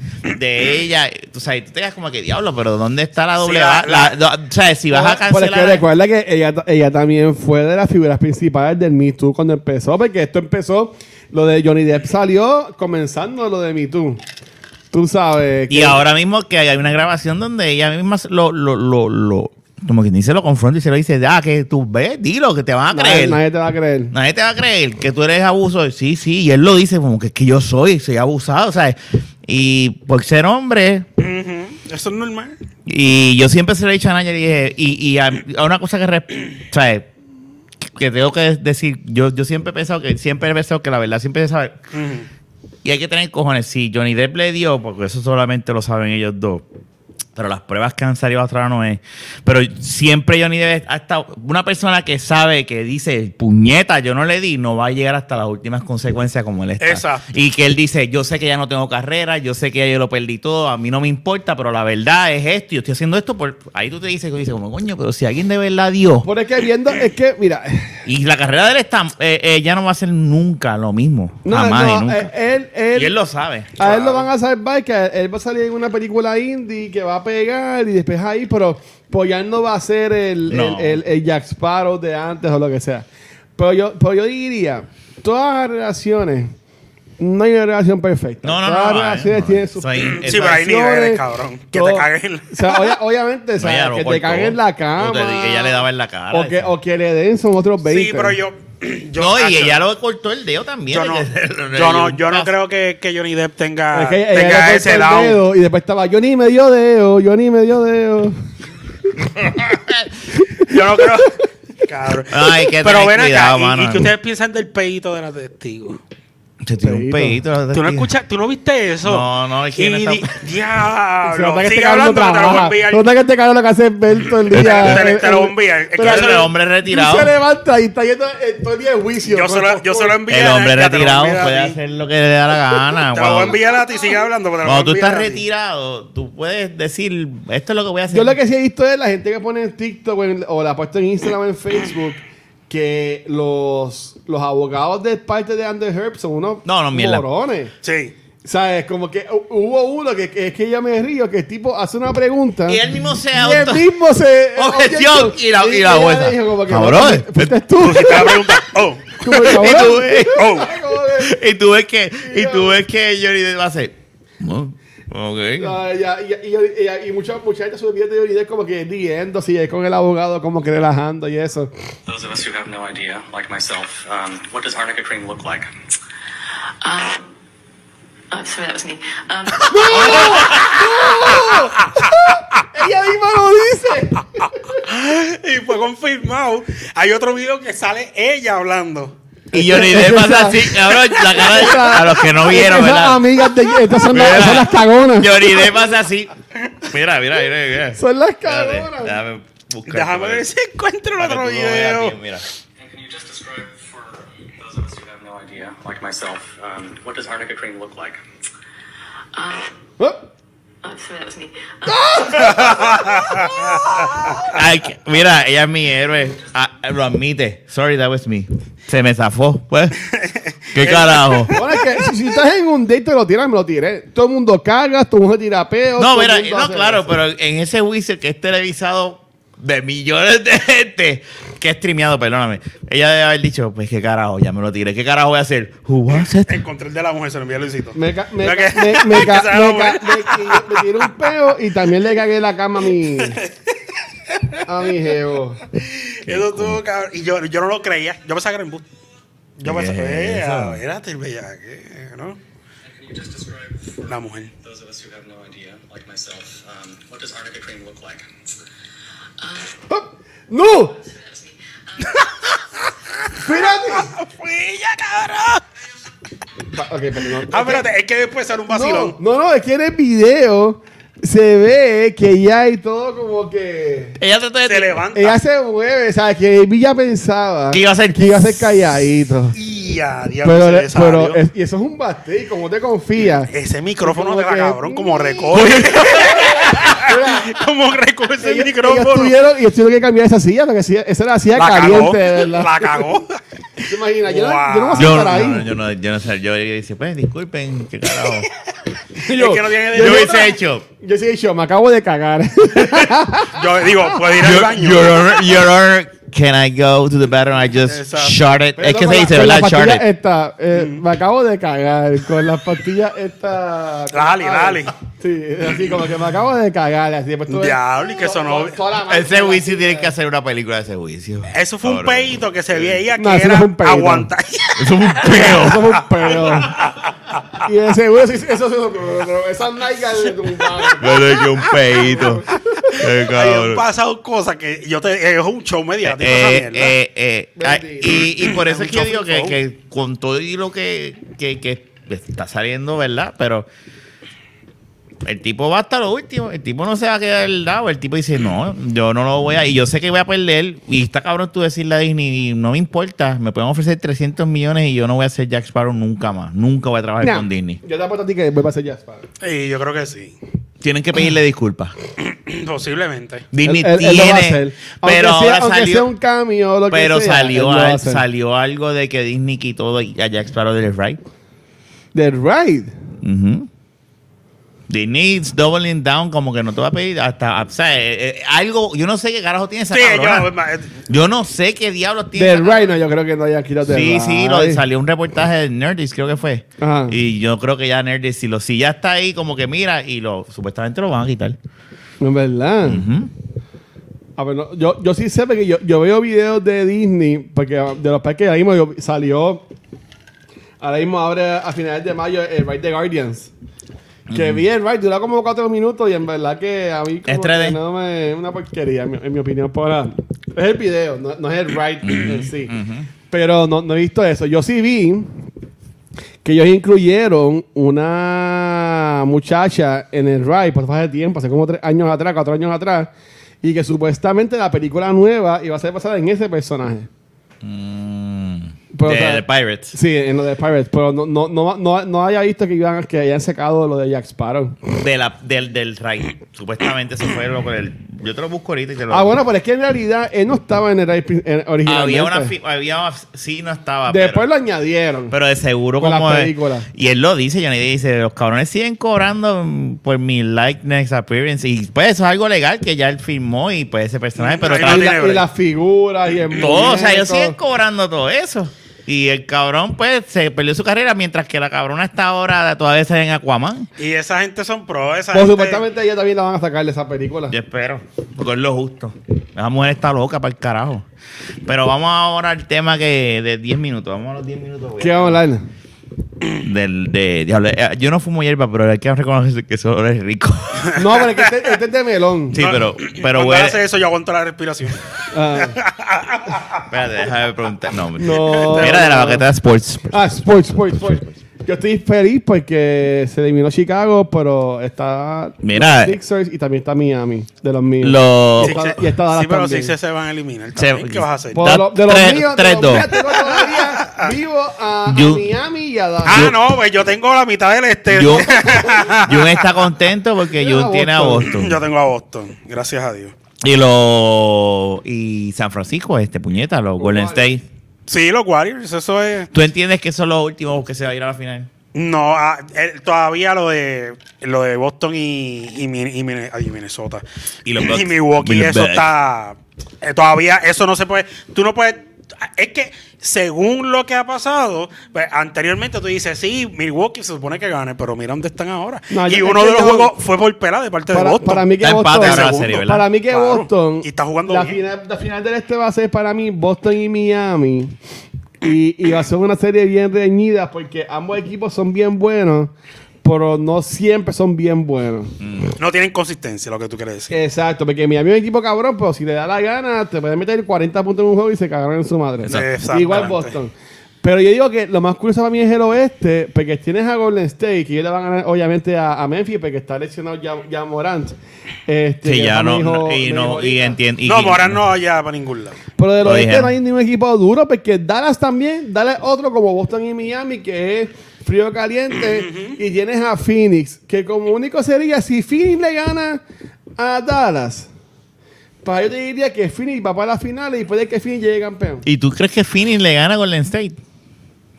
D: de ella, tú sabes, tú te quedas como que diablo, pero ¿dónde está la
B: Sí,
D: doble
B: la-
D: A? La- la- o sea, si vas a
C: Pero es que
D: cancelar... a-
C: recuerda que ella, ella también fue de las figuras principales del Me Too cuando empezó, porque esto empezó, lo de Johnny Depp salió comenzando lo de Me Too. Tú sabes.
D: Y
C: que-
D: ahora mismo que hay una grabación donde ella misma lo, lo, lo, lo como quien dice, lo confronta y se lo dice, ah, que tú ves, dilo, que te van a
C: nadie,
D: creer.
C: nadie te va a creer.
D: Nadie te va a creer que tú eres abuso. Sí, sí, y él lo dice como que es que yo soy, soy abusado, ¿sabes? Y por ser hombre,
B: Ujú, Eso es normal.
D: y yo siempre se lo he dicho a Naya y dije, y, y a, a una cosa que, re- ¿sabes? Que tengo que decir, yo, yo siempre he pensado que, siempre he pensado que la verdad siempre se sabe.
B: Ujú.
D: Y hay que tener cojones. Si Johnny Depp le dio, porque eso solamente lo saben ellos dos. Pero las pruebas que han salido hasta ahora no es. Pero siempre Johnny Depp, hasta una persona que sabe, que dice, puñeta, yo no le di, no va a llegar hasta las últimas consecuencias como él está.
B: Exacto.
D: Y que él dice, yo sé que ya no tengo carrera, yo sé que ya yo lo perdí todo, a mí no me importa, pero la verdad es esto, yo estoy haciendo esto por... Ahí tú te dices, dices como, coño, pero si alguien de verdad dio...
C: Porque es que viendo, es que, mira,
D: Y la carrera de él está, eh, eh, ya no va a ser nunca lo mismo.
C: no,
D: jamás y
C: no,
D: nunca.
C: eh, él, él,
D: y él lo sabe.
C: A él lo van a salvar que él va a salir en una película indie que va a a pegar y después ahí, pero pues ya no va a ser el,
D: No.
C: el, el- el Jack Sparrow de antes o lo que sea. Pero yo, pero yo diría, todas las relaciones, no hay una relación perfecta.
D: No, no,
C: todas
D: no,
C: las
D: no,
C: relaciones
D: no,
C: tienen
D: no,
C: sus
D: eso ahí-
B: Sí, pero hay niveles, cabrón. Que te
C: todo-
B: caguen.
C: O sea, obvia- obviamente, o sea,
D: No, ella lo
C: que te
D: cortó.
C: caguen la cama.
D: No, te dije, ella le daba en la cara.
C: o que,
D: eso.
C: o que le den son otros 20.
B: Sí, pero yo. yo
D: no, y
B: acho,
D: ella lo cortó el dedo también.
B: Yo no, yo no, yo no creo que, que Johnny Depp tenga,
C: Es que ella le
B: tenga
C: cortó
B: ah, ese
C: el
B: lado.
C: dedo y después estaba yo ni me dio dedo, yo ni me dio dedo.
B: Yo no creo. Cabrón.
D: Ay, que
B: Pero
D: tener
B: ven acá.
D: cuidado,
B: ¿y- ¿y,
D: mano.
B: qué ustedes piensan del pedito de la testigo?
D: Se tiró un pedito.
B: ¿Tú no escuchas? ¿Tú no viste eso?
D: No, no, es que en
B: Y
D: esa-
B: di-
C: Se
B: Diablo.
C: nota que
B: Sigue
C: este cabrón
B: hablando, que te lo voy
C: no
B: a
C: trabaja.
B: enviar.
C: Se nota que este cabrón lo que hace es ver todo el día. eh,
B: Te- te- te lo voy a enviar. Es que
C: Pero-
B: eso-
D: El hombre retirado.
C: Se levanta y está yendo eh, todo el día en juicio.
B: Yo se lo- yo se lo envié.
D: El
B: Ya
D: hombre
B: te lo voy a
D: retirado
B: enviar a
D: puede
B: ti.
D: hacer lo que le da la gana.
B: Te lo voy a
D: Cuando,
B: enviar a ti, sigue hablando. pero te lo
D: cuando tú
B: voy a enviar
D: estás
B: a ti.
D: retirado, tú puedes decir, esto es lo que voy a hacer.
C: Yo lo que sí he visto es la gente que pone en TikTok o, en- o la ha puesto en Instagram o en Facebook que los, los abogados de parte de Amber Heard son unos
D: No, no, mierda.
C: morones.
B: Sí.
C: ¿Sabes? Como que hu- hubo uno que, que es que ya me río, que el tipo hace una pregunta.
D: Y él mismo se
C: y
D: auto-
C: él mismo se.
D: Objeción. Y la- y la
C: ella
D: jueza.
C: dijo como que,
D: Cabrón. eh,
C: "Fuiste- Fuiste tú.
B: Tú sí te la preguntas. Oh.
C: Como que,
D: Y tú,
C: cabrón.
D: eh,
B: Oh.
C: Como que-
D: y tú ves que, y tú ves que Johnny Depp va a hacer. "Oh, Ok.
C: Ay, ya, y, y, y, y mucha, mucha gente sube videos de Johnny Depp como que riendo, así, eh, con el abogado como que relajando y eso.
E: Those of us who have no idea, like myself, um, what does arnica cream look like?
F: Um, I'm Oh, sorry, that was me. Um,
C: ¡Ella misma lo dice!
B: Y fue confirmado. Hay otro video que sale ella hablando.
D: Y Johnny Depp
C: Esa-
D: pasa así. cabrón, la cara de- a los que no vieron,
C: Esas
D: ¿verdad?
C: amigas de... Estas son, las-
D: Mira.
C: son las cagonas.
D: Johnny Depp hace así. Mira, mira, mira. mira.
C: Son las
D: Espérate,
C: cabronas.
D: Déjame buscar.
B: Déjame ver si encuentro el otro video.
D: Mira.
E: And can you just describe for those of us who have no idea, like myself, um, what does arnica cream look like?
F: um,
C: Oh,
F: I'm sorry, that was me. Um,
D: Ay, que- mira, ella es mi héroe. Ah, lo admite. Sorry, that was me. Se me zafó, pues. ¿Qué carajo?
C: Bueno, es que si, si estás en un date, te lo tiras, me lo tiré. Todo el mundo caga, todo el mundo tira peo.
D: No,
C: todo el
D: mira,
C: mundo
D: no,
C: hace
D: claro,
C: eso.
D: pero en ese juicio que es televisado de millones de gente, que es streameado, perdóname. Ella debe haber dicho, pues qué carajo, ya me lo tiré. ¿Qué carajo voy a hacer? Who was it?
B: Encontré el de la mujer, se lo envié a Luisito.
C: Me, ca- me,
B: Lo
C: ca-
B: que-
C: me,
B: que
C: me, ca-
B: se la
C: me,
B: mujer.
C: ca- me- me tiré un peo y también le cagué la cama a mi... A mi jevo.
B: Eso estuvo cabrón. Y yo, yo no lo creía. Yo pensaba que era embuste. Yo
D: ¿Qué
B: pensaba,
D: es
B: eh,
D: eso?
B: espérate, el bellaque, ¿no?
E: And can you just describe for
B: La mujer.
E: those of us who have no idea, like myself, um, what does arnica cream look like?
C: ¡No! ¡Espérate!
B: ¡Fue ella, cabrón!
C: Pa- Ok, perdón.
B: Ah, espérate, es que después sale un
C: No,
B: vacilón.
C: no, no, es que en el video se ve que ya hay todo como que.
D: Ella trató de.
B: Se levanta.
C: Ella se mueve, o sea, que Villa pensaba
D: Que iba a ser-
C: que iba a ser calladito.
B: Y a diablo
C: Pero,
B: se
C: le-
B: le
C: pero
B: salió.
C: es- y eso es un bate, como te confías.
B: Ese micrófono
C: Como
B: de la
C: que-
B: cabrón, como recoge. como recoge ese
C: Ellos, ellos
B: micrófono.
C: tuvieron, ellos tuvieron que cambiar esa silla, porque si- esa era la silla
B: La cagó.
C: caliente, de verdad.
B: La cagó.
C: ¿Te imaginas? Yo, no,
B: Wow.
C: yo no voy a
D: Yo
C: estar
D: no,
C: ahí.
D: no, yo no, yo no sé. Yo, yo dice, pues disculpen, qué carajo.
B: es que no tiene
D: Yo
B: dedo.
D: hubiese hecho.
C: Yo sí he dicho, me acabo de cagar.
B: Yo digo, puede ir al
D: Your,
B: baño.
D: Your Honor, Your Honor, can I go to the bathroom? I just
B: Exacto.
D: sharted. Es que se dice,
C: Con la
D: ¿verdad?
C: pastilla
D: Sharted.
C: esta, eh, me acabo de cagar con las pastillas esta. con
B: Dale,
C: la-
B: dale.
C: Sí, así como que me acabo de cagar. Así, pues, después tuve-
B: Diablo, y que sonó-
C: Toda la mano.
D: Ese juicio tiene que hacer una película de ese juicio.
B: Eso fue un
D: Cabrón.
B: peito que se veía que
C: No, eso no
B: era
C: fue un peito.
B: aguantar.
D: Eso fue un
C: Eso
D: peo.
C: fue un pedo. Y de seguro, sí, eso, eso, eso, esas nalgas de tu
D: Yo le dije un peito. Qué
B: Han
D: cabrón.
B: pasado cosas que yo te. Es un show mediático. esa
D: Eh,
B: pues, mierda.
D: eh, eh, ay, y, y por eso es que yo digo que,
B: Mucho
D: que con todo y lo que, que, que está saliendo, ¿verdad? Pero el tipo va hasta lo último. El tipo no se va a quedar al lado. El tipo dice, no, yo no lo voy a... Y yo sé que voy a perder. Y está cabrón tú decirle a Disney, no me importa. Me pueden ofrecer 300 millones y yo no voy a ser Jack Sparrow nunca más. Nunca voy a trabajar
C: Nah,
D: con Disney.
C: Yo te apuesto a ti que voy a hacer jazz, padre.
B: Sí, yo creo que sí.
D: Tienen que pedirle disculpas.
B: Posiblemente.
D: Disney
C: Él- él- él lo va a hacer.
D: tiene...
C: Aunque
D: Pero
C: sea,
D: ahora
C: aunque
D: salió...
C: sea un cambio o lo que
D: Pero
C: sea, él
D: salió,
C: lo va a
D: al-
C: hacer.
D: salió algo de que Disney quitó a Jack Sparrow del Right.
C: The Ride.
D: Disney is doubling down, como que no te va a pedir hasta. O sea, eh, eh, algo. Yo no sé qué carajo tiene esa
B: Sí,
D: cabrona.
B: yo, ma- eh,
D: Yo no sé qué diablos tiene.
C: Del
D: esa
C: Rhino, yo creo que no haya quitado
D: Sí, sí, lo, salió un reportaje de Nerdist, creo que fue.
C: Ajá.
D: Y yo creo que ya Nerdist, si, lo, si ya está ahí, como que mira, y lo supuestamente lo van a quitar.
C: En verdad.
D: Ujú.
C: A ver, no, yo, yo sí sé porque yo, yo veo videos de Disney, porque ah, de los parques ahora mismo yo- salió. Ahora mismo abre a finales de mayo el Ride the Guardians. Que vi el ride, dura como cuatro minutos y en verdad que a mí como
D: Es 3D.
C: que no me, es una porquería, en mi, en mi opinión. Por ahora. es el video, no, no es el ride en sí. Pero no, no he visto eso. Yo sí vi que ellos incluyeron una muchacha en el ride por hace tiempo, hace como tres años atrás, cuatro años atrás, y que supuestamente la película nueva iba a ser basada en ese personaje. Mm. Pero,
D: de,
C: o sea,
D: de Pirates.
C: Sí, en lo de Pirates, pero no, no, no, no, no haya visto que, iban, que hayan secado lo de Jack Sparrow.
D: De la, del, del Ray. Supuestamente eso fue lo que. el- yo te lo busco ahorita y te lo.
C: Ah, bueno, pero es que en realidad él no estaba en el ride pri- en- originalmente.
D: Había una. fi- Había una- sí, no estaba.
C: Después
D: pero,
C: lo añadieron.
D: pero de seguro,
C: Con las
D: como. es-
C: películas.
D: y él lo dice, Johnny Depp dice: los cabrones siguen cobrando mm, por mi like next appearance. Y pues eso es algo legal que ya él firmó y pues ese personaje, pero
B: Ahí
D: tra-
B: no
C: y,
B: tiene
C: la- y
B: break.
C: las figuras y el
D: Todo, o sea, ellos
C: muñeco.
D: siguen cobrando todo eso. Y el cabrón, pues, se perdió su carrera, mientras que la cabrona está ahora todavía está en Aquaman.
B: Y esa gente son pro, esa
C: Pues
B: gente-
C: supuestamente ella también la van a sacar de esa película.
D: Yo espero, porque es lo justo. Esa mujer está loca para el carajo. Pero vamos ahora al tema que de 10 minutos. Vamos a los 10 minutos. güey.
C: ¿Qué vamos a hablar?
D: Del, de, diablo, eh, yo no fumo hierba, pero hay que reconocer que eso es rico.
C: No, pero es que este, este es de melón.
D: Sí,
B: No,
D: pero, pero
B: Cuando
D: huele.
B: hace eso yo aguanto la respiración.
C: Ah,
D: Espérate, déjame preguntar. No,
C: No.
D: Era de la baqueta de Sports.
C: ah, sports, sports, sports. Yo estoy feliz porque se eliminó Chicago, pero está
D: Mira. eh.
C: los Sixers y también está Miami, de los míos.
D: Lo.
C: Sí.
B: Sixers-
C: y está Dallas
B: sí, pero
C: también.
B: si se van a eliminar.
D: Oh. Se-
B: también, ¿Qué vas a hacer?
C: Por
D: Da-
C: lo- de los
D: tres-
C: míos, de
D: tres,
C: los
D: dos.
C: míos tengo todavía vivo a, a
D: Yo-
C: Miami y a Dallas.
B: Ah, no, pues yo tengo la mitad del este.
D: Jun, Jun está contento porque
C: Tiene
D: Jun tiene a
C: Boston.
D: Boston.
B: Yo tengo a Boston, gracias a Dios.
D: Y lo y San Francisco, este puñeta, los Golden State.
B: Sí, los Warriors, eso es.
D: ¿Tú entiendes que son los últimos que se va a ir a la final?
B: No, ah, eh, todavía lo de lo de Boston y, y, Min- y Min- ay, Minnesota.
D: Y los Bucks.
B: Milwaukee,
D: Y los
B: eso
D: Bucks.
B: está. eh, todavía eso no se puede. Tú no puedes. Es que según lo que ha pasado, pues, anteriormente tú dices, sí, Milwaukee se supone que gane, pero mira dónde están ahora.
C: No,
B: y
C: yo-
B: uno
C: es
B: de
C: que
B: los
C: yo-
B: juegos fue por pelada de parte de
C: Para,
B: Boston.
C: para mí que
D: Está
C: Boston.
D: empate
B: ahora la serie, ¿verdad?
C: para mí que
B: Claro.
C: Boston.
B: Y está jugando
C: la
B: bien.
C: final, la final del este va a ser para mí Boston y Miami. Y, y va a ser una serie bien reñida porque ambos equipos son bien buenos, pero no siempre son bien buenos.
B: No tienen consistencia, lo que tú quieres decir.
C: Exacto, porque Miami es un equipo cabrón, pero si le da la gana, te puede meter 40 puntos en un juego y se cagaron en su madre.
B: Exacto.
C: Igual
B: Exactamente.
C: Boston. Pero yo digo que lo más curioso para mí es el oeste, porque tienes a Golden State, que ellos le van a ganar obviamente a, a Memphis, porque está lesionado ya, ya Morant. Este,
D: Sí,
C: que
D: ya
C: me
D: no,
C: dijo-
D: no- y
C: me dijo
D: no y
C: ahorita.
D: entiende.
B: no, Morán no allá para ningún lado.
C: Pero del
D: Lo
C: oeste
D: dijeron.
C: no hay ningún equipo duro, porque Dallas también, Dallas es otro como Boston y Miami, que es frío caliente, y tienes a Phoenix, que como único sería, si Phoenix le gana a Dallas, para yo te diría que Phoenix va para las finales y puede que Phoenix llegue campeón.
D: ¿Y tú crees que Phoenix le gana a Golden State?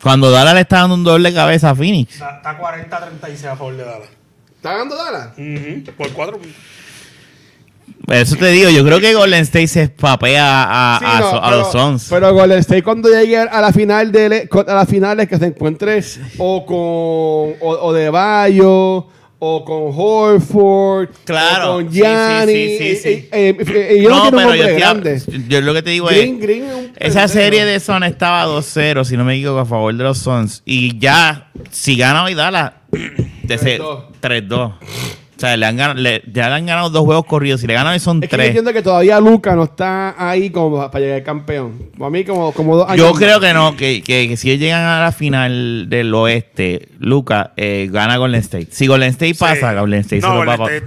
D: Cuando Dallas le está dando un doble cabeza a Phoenix.
B: Está, 40-36 a favor de Dallas.
C: ¿Está ganando Dallas?
B: Por cuatro
D: Eso te digo, yo creo que Golden State se papea a,
C: Sí,
D: a-
C: no,
D: Ah, so- a
C: pero-
D: los Suns.
C: Pero Golden State cuando llegue a la final de a las finales que se encuentre o con o, o de Bayo o con Horford o
D: Claro,
C: con
D: sí, sí, sí,
C: Gianni
D: sí, sí.
C: eh, eh, eh, ellos no, tienen un hombre
D: te-
C: grande
D: yo lo que te digo
C: Green,
D: es.
C: Green es un
D: Esa
C: pendejo.
D: serie de Suns estaba 2-0, si no me equivoco, a favor de los Suns. Y ya, si gana hoy Dallas, de ese-
C: 3-2.
D: 3-2. O sea, le han ganado, le- ya le han ganado dos juegos corridos. Si le ganan hoy son
C: es que yo
D: tres.
C: entiendo que todavía Luca no está ahí como para llegar campeón. Para mí como, como dos
D: Yo
C: años
D: creo que no, que, que- que si ellos llegan a la final del oeste, Luca eh, gana Golden State. Si Golden State pasa, Golden State se
B: No,
D: lo
B: Golden
D: va a pa-
B: State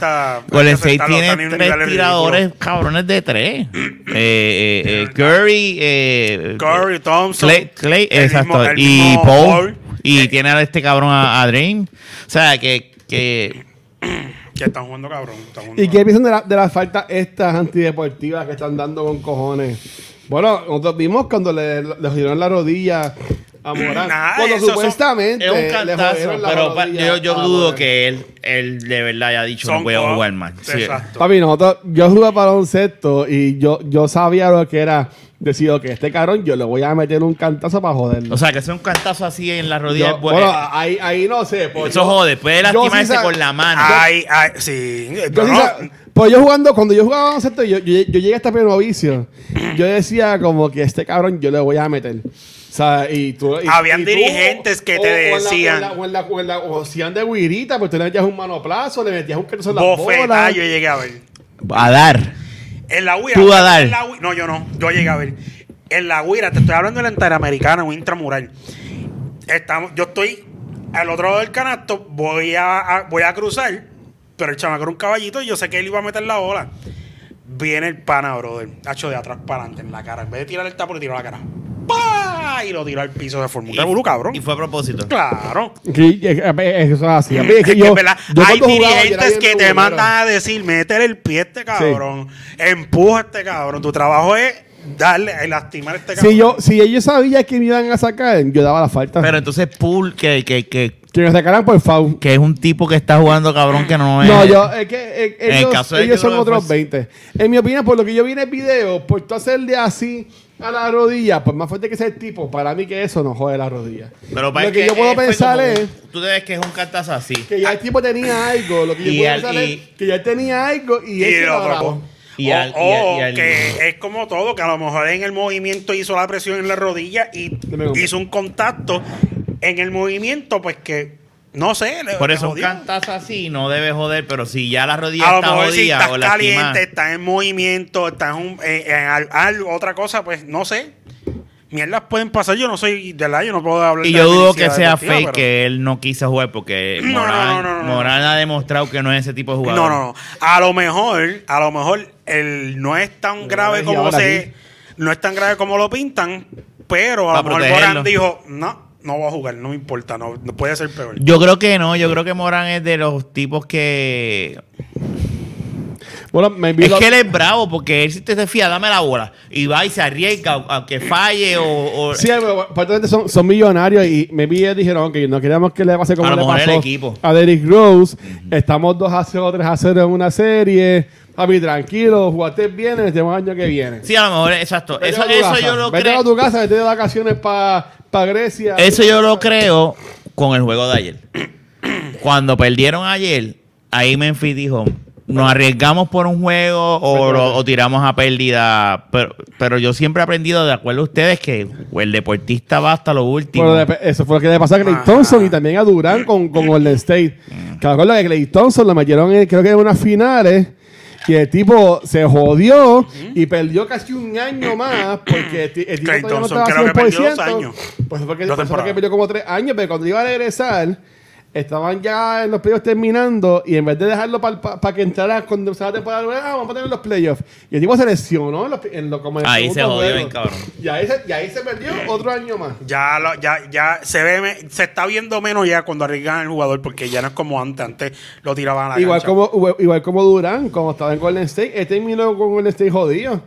B: está.
D: Golden
B: está-
D: State
B: está- está en
D: tiene
B: un
D: tres
B: nivel
D: tiradores
B: ridículo.
D: cabrones de tres. Eh, eh, eh, Curry, eh,
B: Curry, Thompson.
D: Clay, Clay,
B: el
D: exacto.
B: mismo- el
D: y
B: mismo
D: Paul.
B: Paul, Eh.
D: Y tiene a este cabrón a, a Dream. O sea, que, que
B: Que están jugando cabrón. están jugando
C: ¿Y qué
B: cabrón.
C: piensan de, la- de las faltas estas antideportivas que están dando con cojones? Bueno, nosotros vimos cuando le, le jodieron la rodilla a Morán.
B: Nada,
C: cuando
B: eso son-
C: supuestamente.
D: Es un
C: le
D: cantazo,
C: jodieron la Ah,
D: pero pa-
C: rodilla
D: yo, yo
C: a
D: dudo
C: Morán.
D: que él, él de verdad haya dicho
B: Son
D: no voy a
B: co-
D: jugar más. Sí.
B: Exacto.
C: Papi, nosotros, yo jugaba baloncesto y yo, yo sabía lo que era decir, ok, este cabrón yo le voy a meter un cantazo para joderlo.
D: O sea, que sea un cantazo así en la rodilla.
C: Yo-
D: es bueno.
C: bueno, ahí, ahí no sé. pues
D: eso
C: yo-
D: jode, puede
C: yo sí
D: lastimarse
C: sab-
D: con la mano.
B: Ay, ay, sí.
C: Yo sí
B: no,
C: sab- pues yo jugando, cuando yo jugaba baloncesto, yo, yo, yo llegué hasta pleno vicio. Yo decía como que este cabrón yo le voy a meter. O sea, y tú, y-
B: Habían
C: y tú-
B: dirigentes que te
C: en la-
B: decían.
C: O, en la- o en la- o hacían de guirita, pues tú le metías un manoplazo, le metías un cantazo en la
B: bofetada
C: bola.
B: yo llegué a ver.
D: A dar.
B: En la Guira.
D: Tú a dar.
B: en la Guira- no, yo no. Yo llegué a ver. En la Guira, te estoy hablando de la Interamericana o Intramural. Estamos, yo estoy al otro lado del canasto, voy a, a- voy a cruzar, pero el chamaco era un caballito y yo sé que él iba a meter la bola. Viene el pana, brother. Hacho de atrás para adelante en la cara. En vez de tirar el tapo, le tiró a la cara. ¡Pah! Y lo tiró al piso de forma. Un revolú, cabrón.
D: Y fue a propósito.
B: Claro.
C: Sí, eh, eh, eso es así. A mí es
B: Es
C: que
B: que,
C: yo-
B: ¿verdad?
C: yo
B: Hay
C: cuando jugaba, yo era
B: dirigentes
C: bien
B: que te
C: regulero.
B: mandan a decir, métele el pie a este cabrón, empuja a este cabrón. Tu trabajo es darle, eh, lastimar a este cabrón.
C: Si yo, si ellos sabían que me iban a sacar, yo daba la falta.
D: Pero entonces Pool, que, que, que,
C: que me sacaran pues, por foul.
D: que es un tipo que está jugando cabrón que no es.
C: No, yo, es que eh,
D: en el
C: ellos,
D: caso de
C: ellos
D: que
C: son
D: lo-
C: otros
D: pues-
C: 20. En mi opinión, por lo que yo vi en el video, por tú hacerle así a la rodilla, por más fuerte que sea el tipo, para mí que eso no jode la rodilla.
D: Pero
C: lo
D: para-
C: que,
D: es
C: yo puedo
D: fue
C: pensar
D: como-
C: es
D: Tú te ves que es un cantazo así.
C: que ya el tipo tenía algo. Lo que yo
D: Y
C: puedo
D: al-
C: pensar
D: y-
C: es que ya él tenía algo y,
B: Y
C: él se
B: lo
C: lo
B: atrapó.
C: agarró.
D: Y
B: o
D: al- y
B: o
D: al- y al-
B: que es como todo, que a lo mejor en el movimiento hizo la presión en la rodilla y
C: Deme un-
B: hizo un contacto en el movimiento, pues que no sé. le-
D: Por
B: le
D: eso un
B: jodió.
D: cantazo así no debe joder, pero si ya la rodilla
B: a lo
D: está
B: mejor si
D: jodida
B: estás
D: o
B: caliente,
D: lastimada.
B: estás en movimiento, estás en, un- en- en al- al- otra cosa, pues no sé. Mierdas pueden pasar. Yo no soy de la, yo no puedo hablar.
D: Y
B: de la
D: yo dudo que
B: medicina
D: sea
B: deportiva,
D: fake
B: pero-
D: que él no quiso jugar porque
B: No, no,
D: Morán,
B: no, no, no, no.
D: Morán ha demostrado que no es ese tipo de jugador.
B: No, no, no. A lo mejor, a lo mejor el no es tan grave
C: y
B: como
C: ahora
B: se,
C: aquí.
B: no es tan grave como lo pintan, pero a
D: Para
B: lo mejor
D: protegerlo.
B: Morán dijo, no, no voy a jugar, no me importa, no, no puede ser peor.
D: Yo creo que no, yo creo que Morán es de los tipos que...
C: Bueno, me
D: es que él es bravo porque él si te se fía, dame la bola. Y va y se arriesga aunque falle o... o-
C: Sí, pero aparentemente son, son millonarios y me vi dijeron que no queremos que le pase como
D: A lo
C: le
D: mejor el
C: pasó
D: equipo.
C: a Derrick Rose. Estamos 2 a 0, 3 a 0 en una serie. Papi, tranquilo, jugaste bien el tema año que viene.
D: Sí, a lo mejor, exacto.
C: Vete
D: Eso,
C: a tu
D: eso
C: casa.
D: yo lo
C: Vete a
D: creo.
C: tu casa, vete de vacaciones para Grecia.
D: Eso yo lo creo con el juego de ayer. Cuando perdieron ayer, ahí Memphis dijo, nos arriesgamos por un juego o, lo- o tiramos a pérdida. Pero, pero yo siempre he aprendido, de acuerdo a ustedes, que el deportista va hasta lo último.
C: Pero de- eso fue lo que le pasó a Clay
B: Ajá. Mm.
C: Thompson y también a Durán con, con Golden State. Que me acuerdo que Clay Thompson lo metieron en, creo que en unas finales. Que el tipo se jodió y perdió casi un año más porque el, ti- el tipo
B: Klay
C: todavía no
B: Thompson
C: estaba
B: creo que perdió dos
C: 100%.
B: años.
C: Pues fue que,
B: Dos
C: pues fue
B: temporadas.
C: que perdió como tres años, pero cuando iba a regresar, estaban ya en los playoffs terminando y en vez de dejarlo para que entrara cuando empezara la temporada, nueva, ah, vamos a tener los playoffs. Y el tipo se lesionó en los- en lo- como en el
D: Ahí se
C: segundo
D: jodió
C: juego.
D: bien, cabrón.
C: Y ahí, se, y ahí se perdió otro año más.
B: Ya, lo- ya, ya se ve, me- se está viendo menos ya cuando arriesgan al jugador porque ya no es como antes, antes lo tiraban a la
C: Igual
B: cancha.
C: como, igual como Durán, cuando estaba en Golden State, él terminó con Golden State jodido.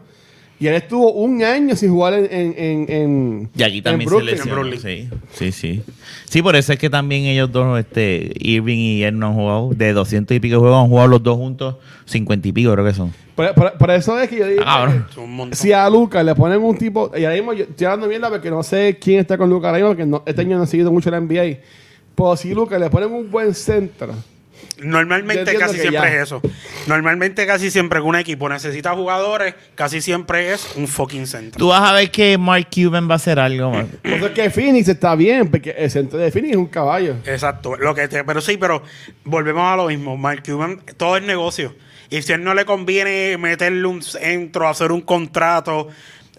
C: Y él estuvo un año sin jugar en. en, en, en
D: Y aquí
C: en
D: también se
C: Brooklyn.
D: lesionó.
B: Brooklyn.
D: Sí, sí, sí. Sí, por eso es que también ellos dos, este, Irving y él no han jugado. De 200 y pico juegos han jugado los dos juntos 50 y pico creo que son.
C: Por, por- por eso es que yo digo.
D: Ah, cabrón.
B: Es un montón.
C: Si a Lucas le ponen un tipo. Y ahora mismo yo estoy hablando mierda porque no sé quién está con Lucas ahora mismo, porque no- este año no he seguido mucho la NBA. Pero si Lucas le ponen un buen centro. Yo
B: Normalmente
C: entiendo
B: casi
C: que
B: siempre
C: ya.
B: es eso. Normalmente casi siempre que un equipo necesita jugadores, casi siempre es un fucking centro.
D: Tú vas a ver que Mark Cuban va a hacer algo más.
C: Por eso es que Phoenix está bien, porque el centro de Phoenix es un caballo.
B: Exacto. Lo que te- pero sí, pero volvemos a lo mismo. Mark Cuban, todo es negocio. Y si a él no le conviene meterle un centro, hacer un contrato,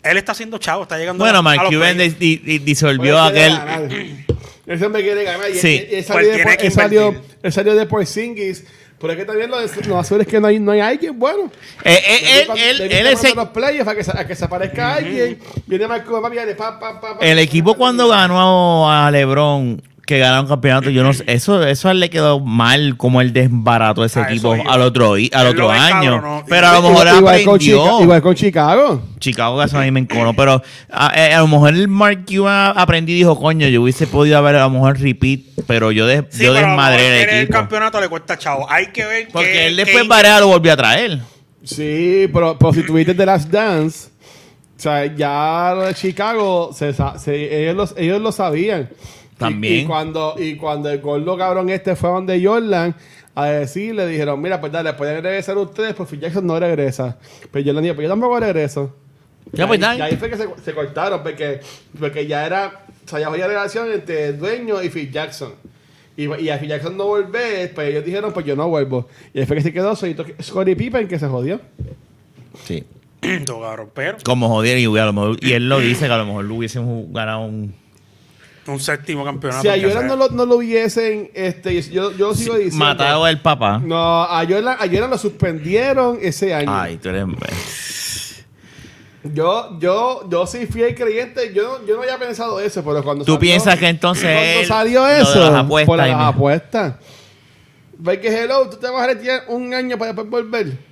B: él está haciendo chavo, está llegando
D: Bueno,
B: a-
D: Mark
B: a los
D: Cuban
B: playoffs.
D: dis- di- di- disolvió
C: Él quiere
D: aquel...
C: ganar. Él siempre quiere ganar. Y-
D: Sí.
C: y- y él
B: Pues
C: salió de
B: tiene
C: por-
B: que
C: él salió,
B: invertir.
C: él salió de Porzingis. Pero es que también lo, de- lo azul es que no hay, no hay alguien bueno.
D: Eh, eh, él,
C: Le
D: él-
C: gusta
D: él es
C: mandar
D: el,
C: los players a que, se- a que se aparezca alguien. Viene Marco Obama y le pa, pa, pa, pa.
D: el equipo cuando ganó a LeBron que ganaron campeonato, yo no sé, eso, eso le quedó mal como el desbarato de ese
B: Ah,
D: equipo
B: eso yo-
D: al otro, i- al
B: Él
D: otro
B: lo
D: año.
B: encabronó.
D: Pero a lo mejor
C: Pues, Igual- igual, con
D: aprendió.
C: Chica- igual con Chicago.
D: Chicago eso a mí me encono, pero a, eh, a lo mejor el Mark Cuban aprendió y dijo, coño, yo hubiese podido haber a lo mejor repeat, pero yo, des-
B: Sí,
D: yo
B: pero a lo mejor
D: desmadré el
B: querer el
D: equipo.
B: campeonato le cuesta chavo. Hay que ver
D: Porque
B: qué-
D: él después
B: qué-
D: Barea lo volvió a traer.
C: Sí, pero, pero si tuviste The Last Dance, o sea, ya lo de Chicago, se sa- se- ellos, los- ellos lo sabían. Y-
D: También.
C: Y, cuando, y cuando el gordo cabrón este fue donde Jordan a decir, le dijeron, mira, pues dale, pueden regresar ustedes, pues Phil Jackson no regresa. Pero Jordan dijo, pues yo tampoco regreso.
D: Ya,
C: Y
D: pues,
C: ahí-
D: dale.
C: y ahí fue que se, se cortaron, porque, porque ya era, o sea, ya había relación entre el dueño y Phil Jackson. Y, y a Phil Jackson no volver, pues ellos dijeron, pues yo no vuelvo. Y ahí fue que se quedó solito Scottie Pippen, que se jodió.
D: Sí.
B: Todo cabrón, pero
D: Como joder, y a lo mejor, y él lo dice que a lo mejor lo hubiésemos ganado un
B: un séptimo campeonato.
C: Si a
B: que
C: Jordan
B: sea.
C: no lo, no lo hubiesen, este, yo, yo sigo diciendo.
D: matado al papá.
C: No, a Jordan, a Jordan lo suspendieron ese año.
D: Ay, tú eres. eh.
C: Yo, yo, yo soy fiel creyente. Yo, no- yo no había pensado eso, pero cuando
D: Tú piensas que entonces
C: cuando
D: él-
C: salió
D: lo de
C: eso
D: las apuestas
C: por
D: y
C: las
D: me-
C: apuestas. Ve que hello, tú te vas a retirar un año para después volver.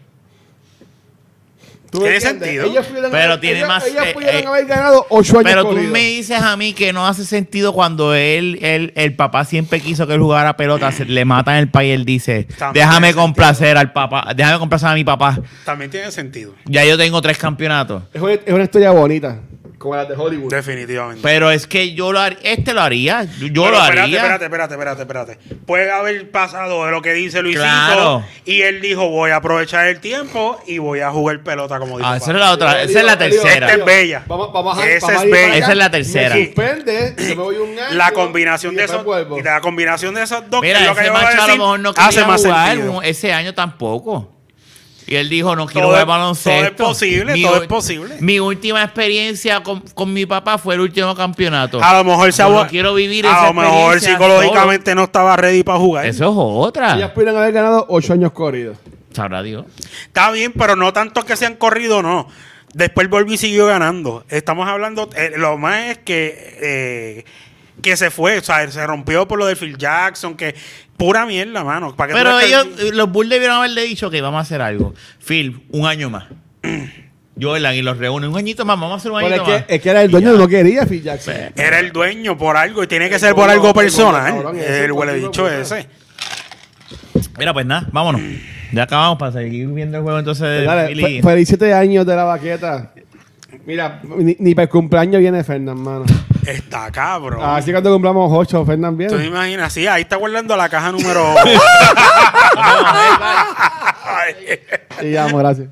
C: ¿Tú me
B: Tiene
C: entiendes?
B: sentido.
C: Ellos pudieron
D: Pero
C: haber-
D: tiene
C: ellos-
D: más,
C: Ellos
D: eh,
C: pudieron
D: eh,
C: haber ganado ocho años
D: Pero tú
C: corridos.
D: me dices a mí que no hace sentido cuando él, él- el papá siempre quiso que él jugara pelota, se- le matan el país y él dice,
B: También
D: déjame
B: tiene
D: complacer al papá, déjame complacer a mi papá.
B: También tiene sentido.
D: Ya yo tengo tres campeonatos.
C: Es una, es una historia bonita, como las de Hollywood.
B: Definitivamente.
D: Pero es que yo lo haría, este lo haría, yo, yo
B: Pero
D: lo haría.
B: espérate, espérate, espérate, espérate, espérate. Puede haber pasado de lo que dice Luisito
D: Claro.
B: y él dijo voy a aprovechar el tiempo y voy a jugar pelota como dijo.
D: Ah, esa
B: papá.
D: es la otra, esa es la
C: Elio, Elio,
D: tercera.
B: Esta es bella.
C: Vamos, vamos a,
B: Esa
C: vamos
B: es
C: a ir para
B: bella.
C: acá.
D: Esa es la tercera.
C: Me suspende, yo me voy un año.
B: la combinación
C: y
B: de
C: después
B: esos
C: vuelvo.
B: y la combinación de esos dos que
D: Mira,
B: es lo que
D: ese
B: yo voy a
D: macho a lo
B: decir,
D: mejor no
B: hace
D: quería
B: más
D: jugar
B: sentido.
D: un- ese año tampoco. Y él dijo, no quiero
B: Todo
D: jugar
B: es-
D: baloncesto.
B: todo es posible,
D: Mi
B: todo
D: u-
B: es posible.
D: Mi última experiencia con, con mi papá fue el último campeonato.
B: A lo mejor se
D: Yo
B: abue-
D: no quiero vivir
B: A
D: esa
B: lo mejor
D: experiencia
B: psicológicamente no estaba ready para jugar.
D: Eso es
C: Ellas
D: otra.
C: pudieron haber ganado ocho años corridos.
D: Sabrá Dios.
B: Está bien, pero no tanto que se han corrido, no. Después volvió y siguió ganando. Estamos hablando, eh, lo más es que, eh, que se fue, o sea, se rompió por lo de Phil Jackson, que pura mierda, mano. ¿Para qué tú
D: Pero
B: le estás-
D: ellos, los Bulls debieron haberle dicho que vamos a hacer algo. Phil, un año más. Jordan y los reúne. Un aññito más, vamos a hacer un
C: Pero es
D: añito más.
C: que, es que era el dueño, no quería Phil Jackson.
B: Era el dueño por algo y tiene que
C: El
B: ser por
C: gordo-
B: algo
C: el gordo
B: personal.
C: cabrón, ese
B: el huele
C: partido,
B: dicho
C: puta.
B: ese.
D: Mira, pues nada, vámonos. Ya acabamos para seguir viendo el juego entonces de
C: Pues Dale,
D: Philly.
C: fe- feliz siete años de la baqueta. Mira, ni, ni para el cumpleaños viene Fernán, mano.
B: Está
D: Oh.
B: cabrón.
C: Así cuando cumplamos ocho, Fernán
B: ¿Tú te
C: viene.
B: imaginas? Sí, ahí está guardando la caja número...
C: Y ya, gracias.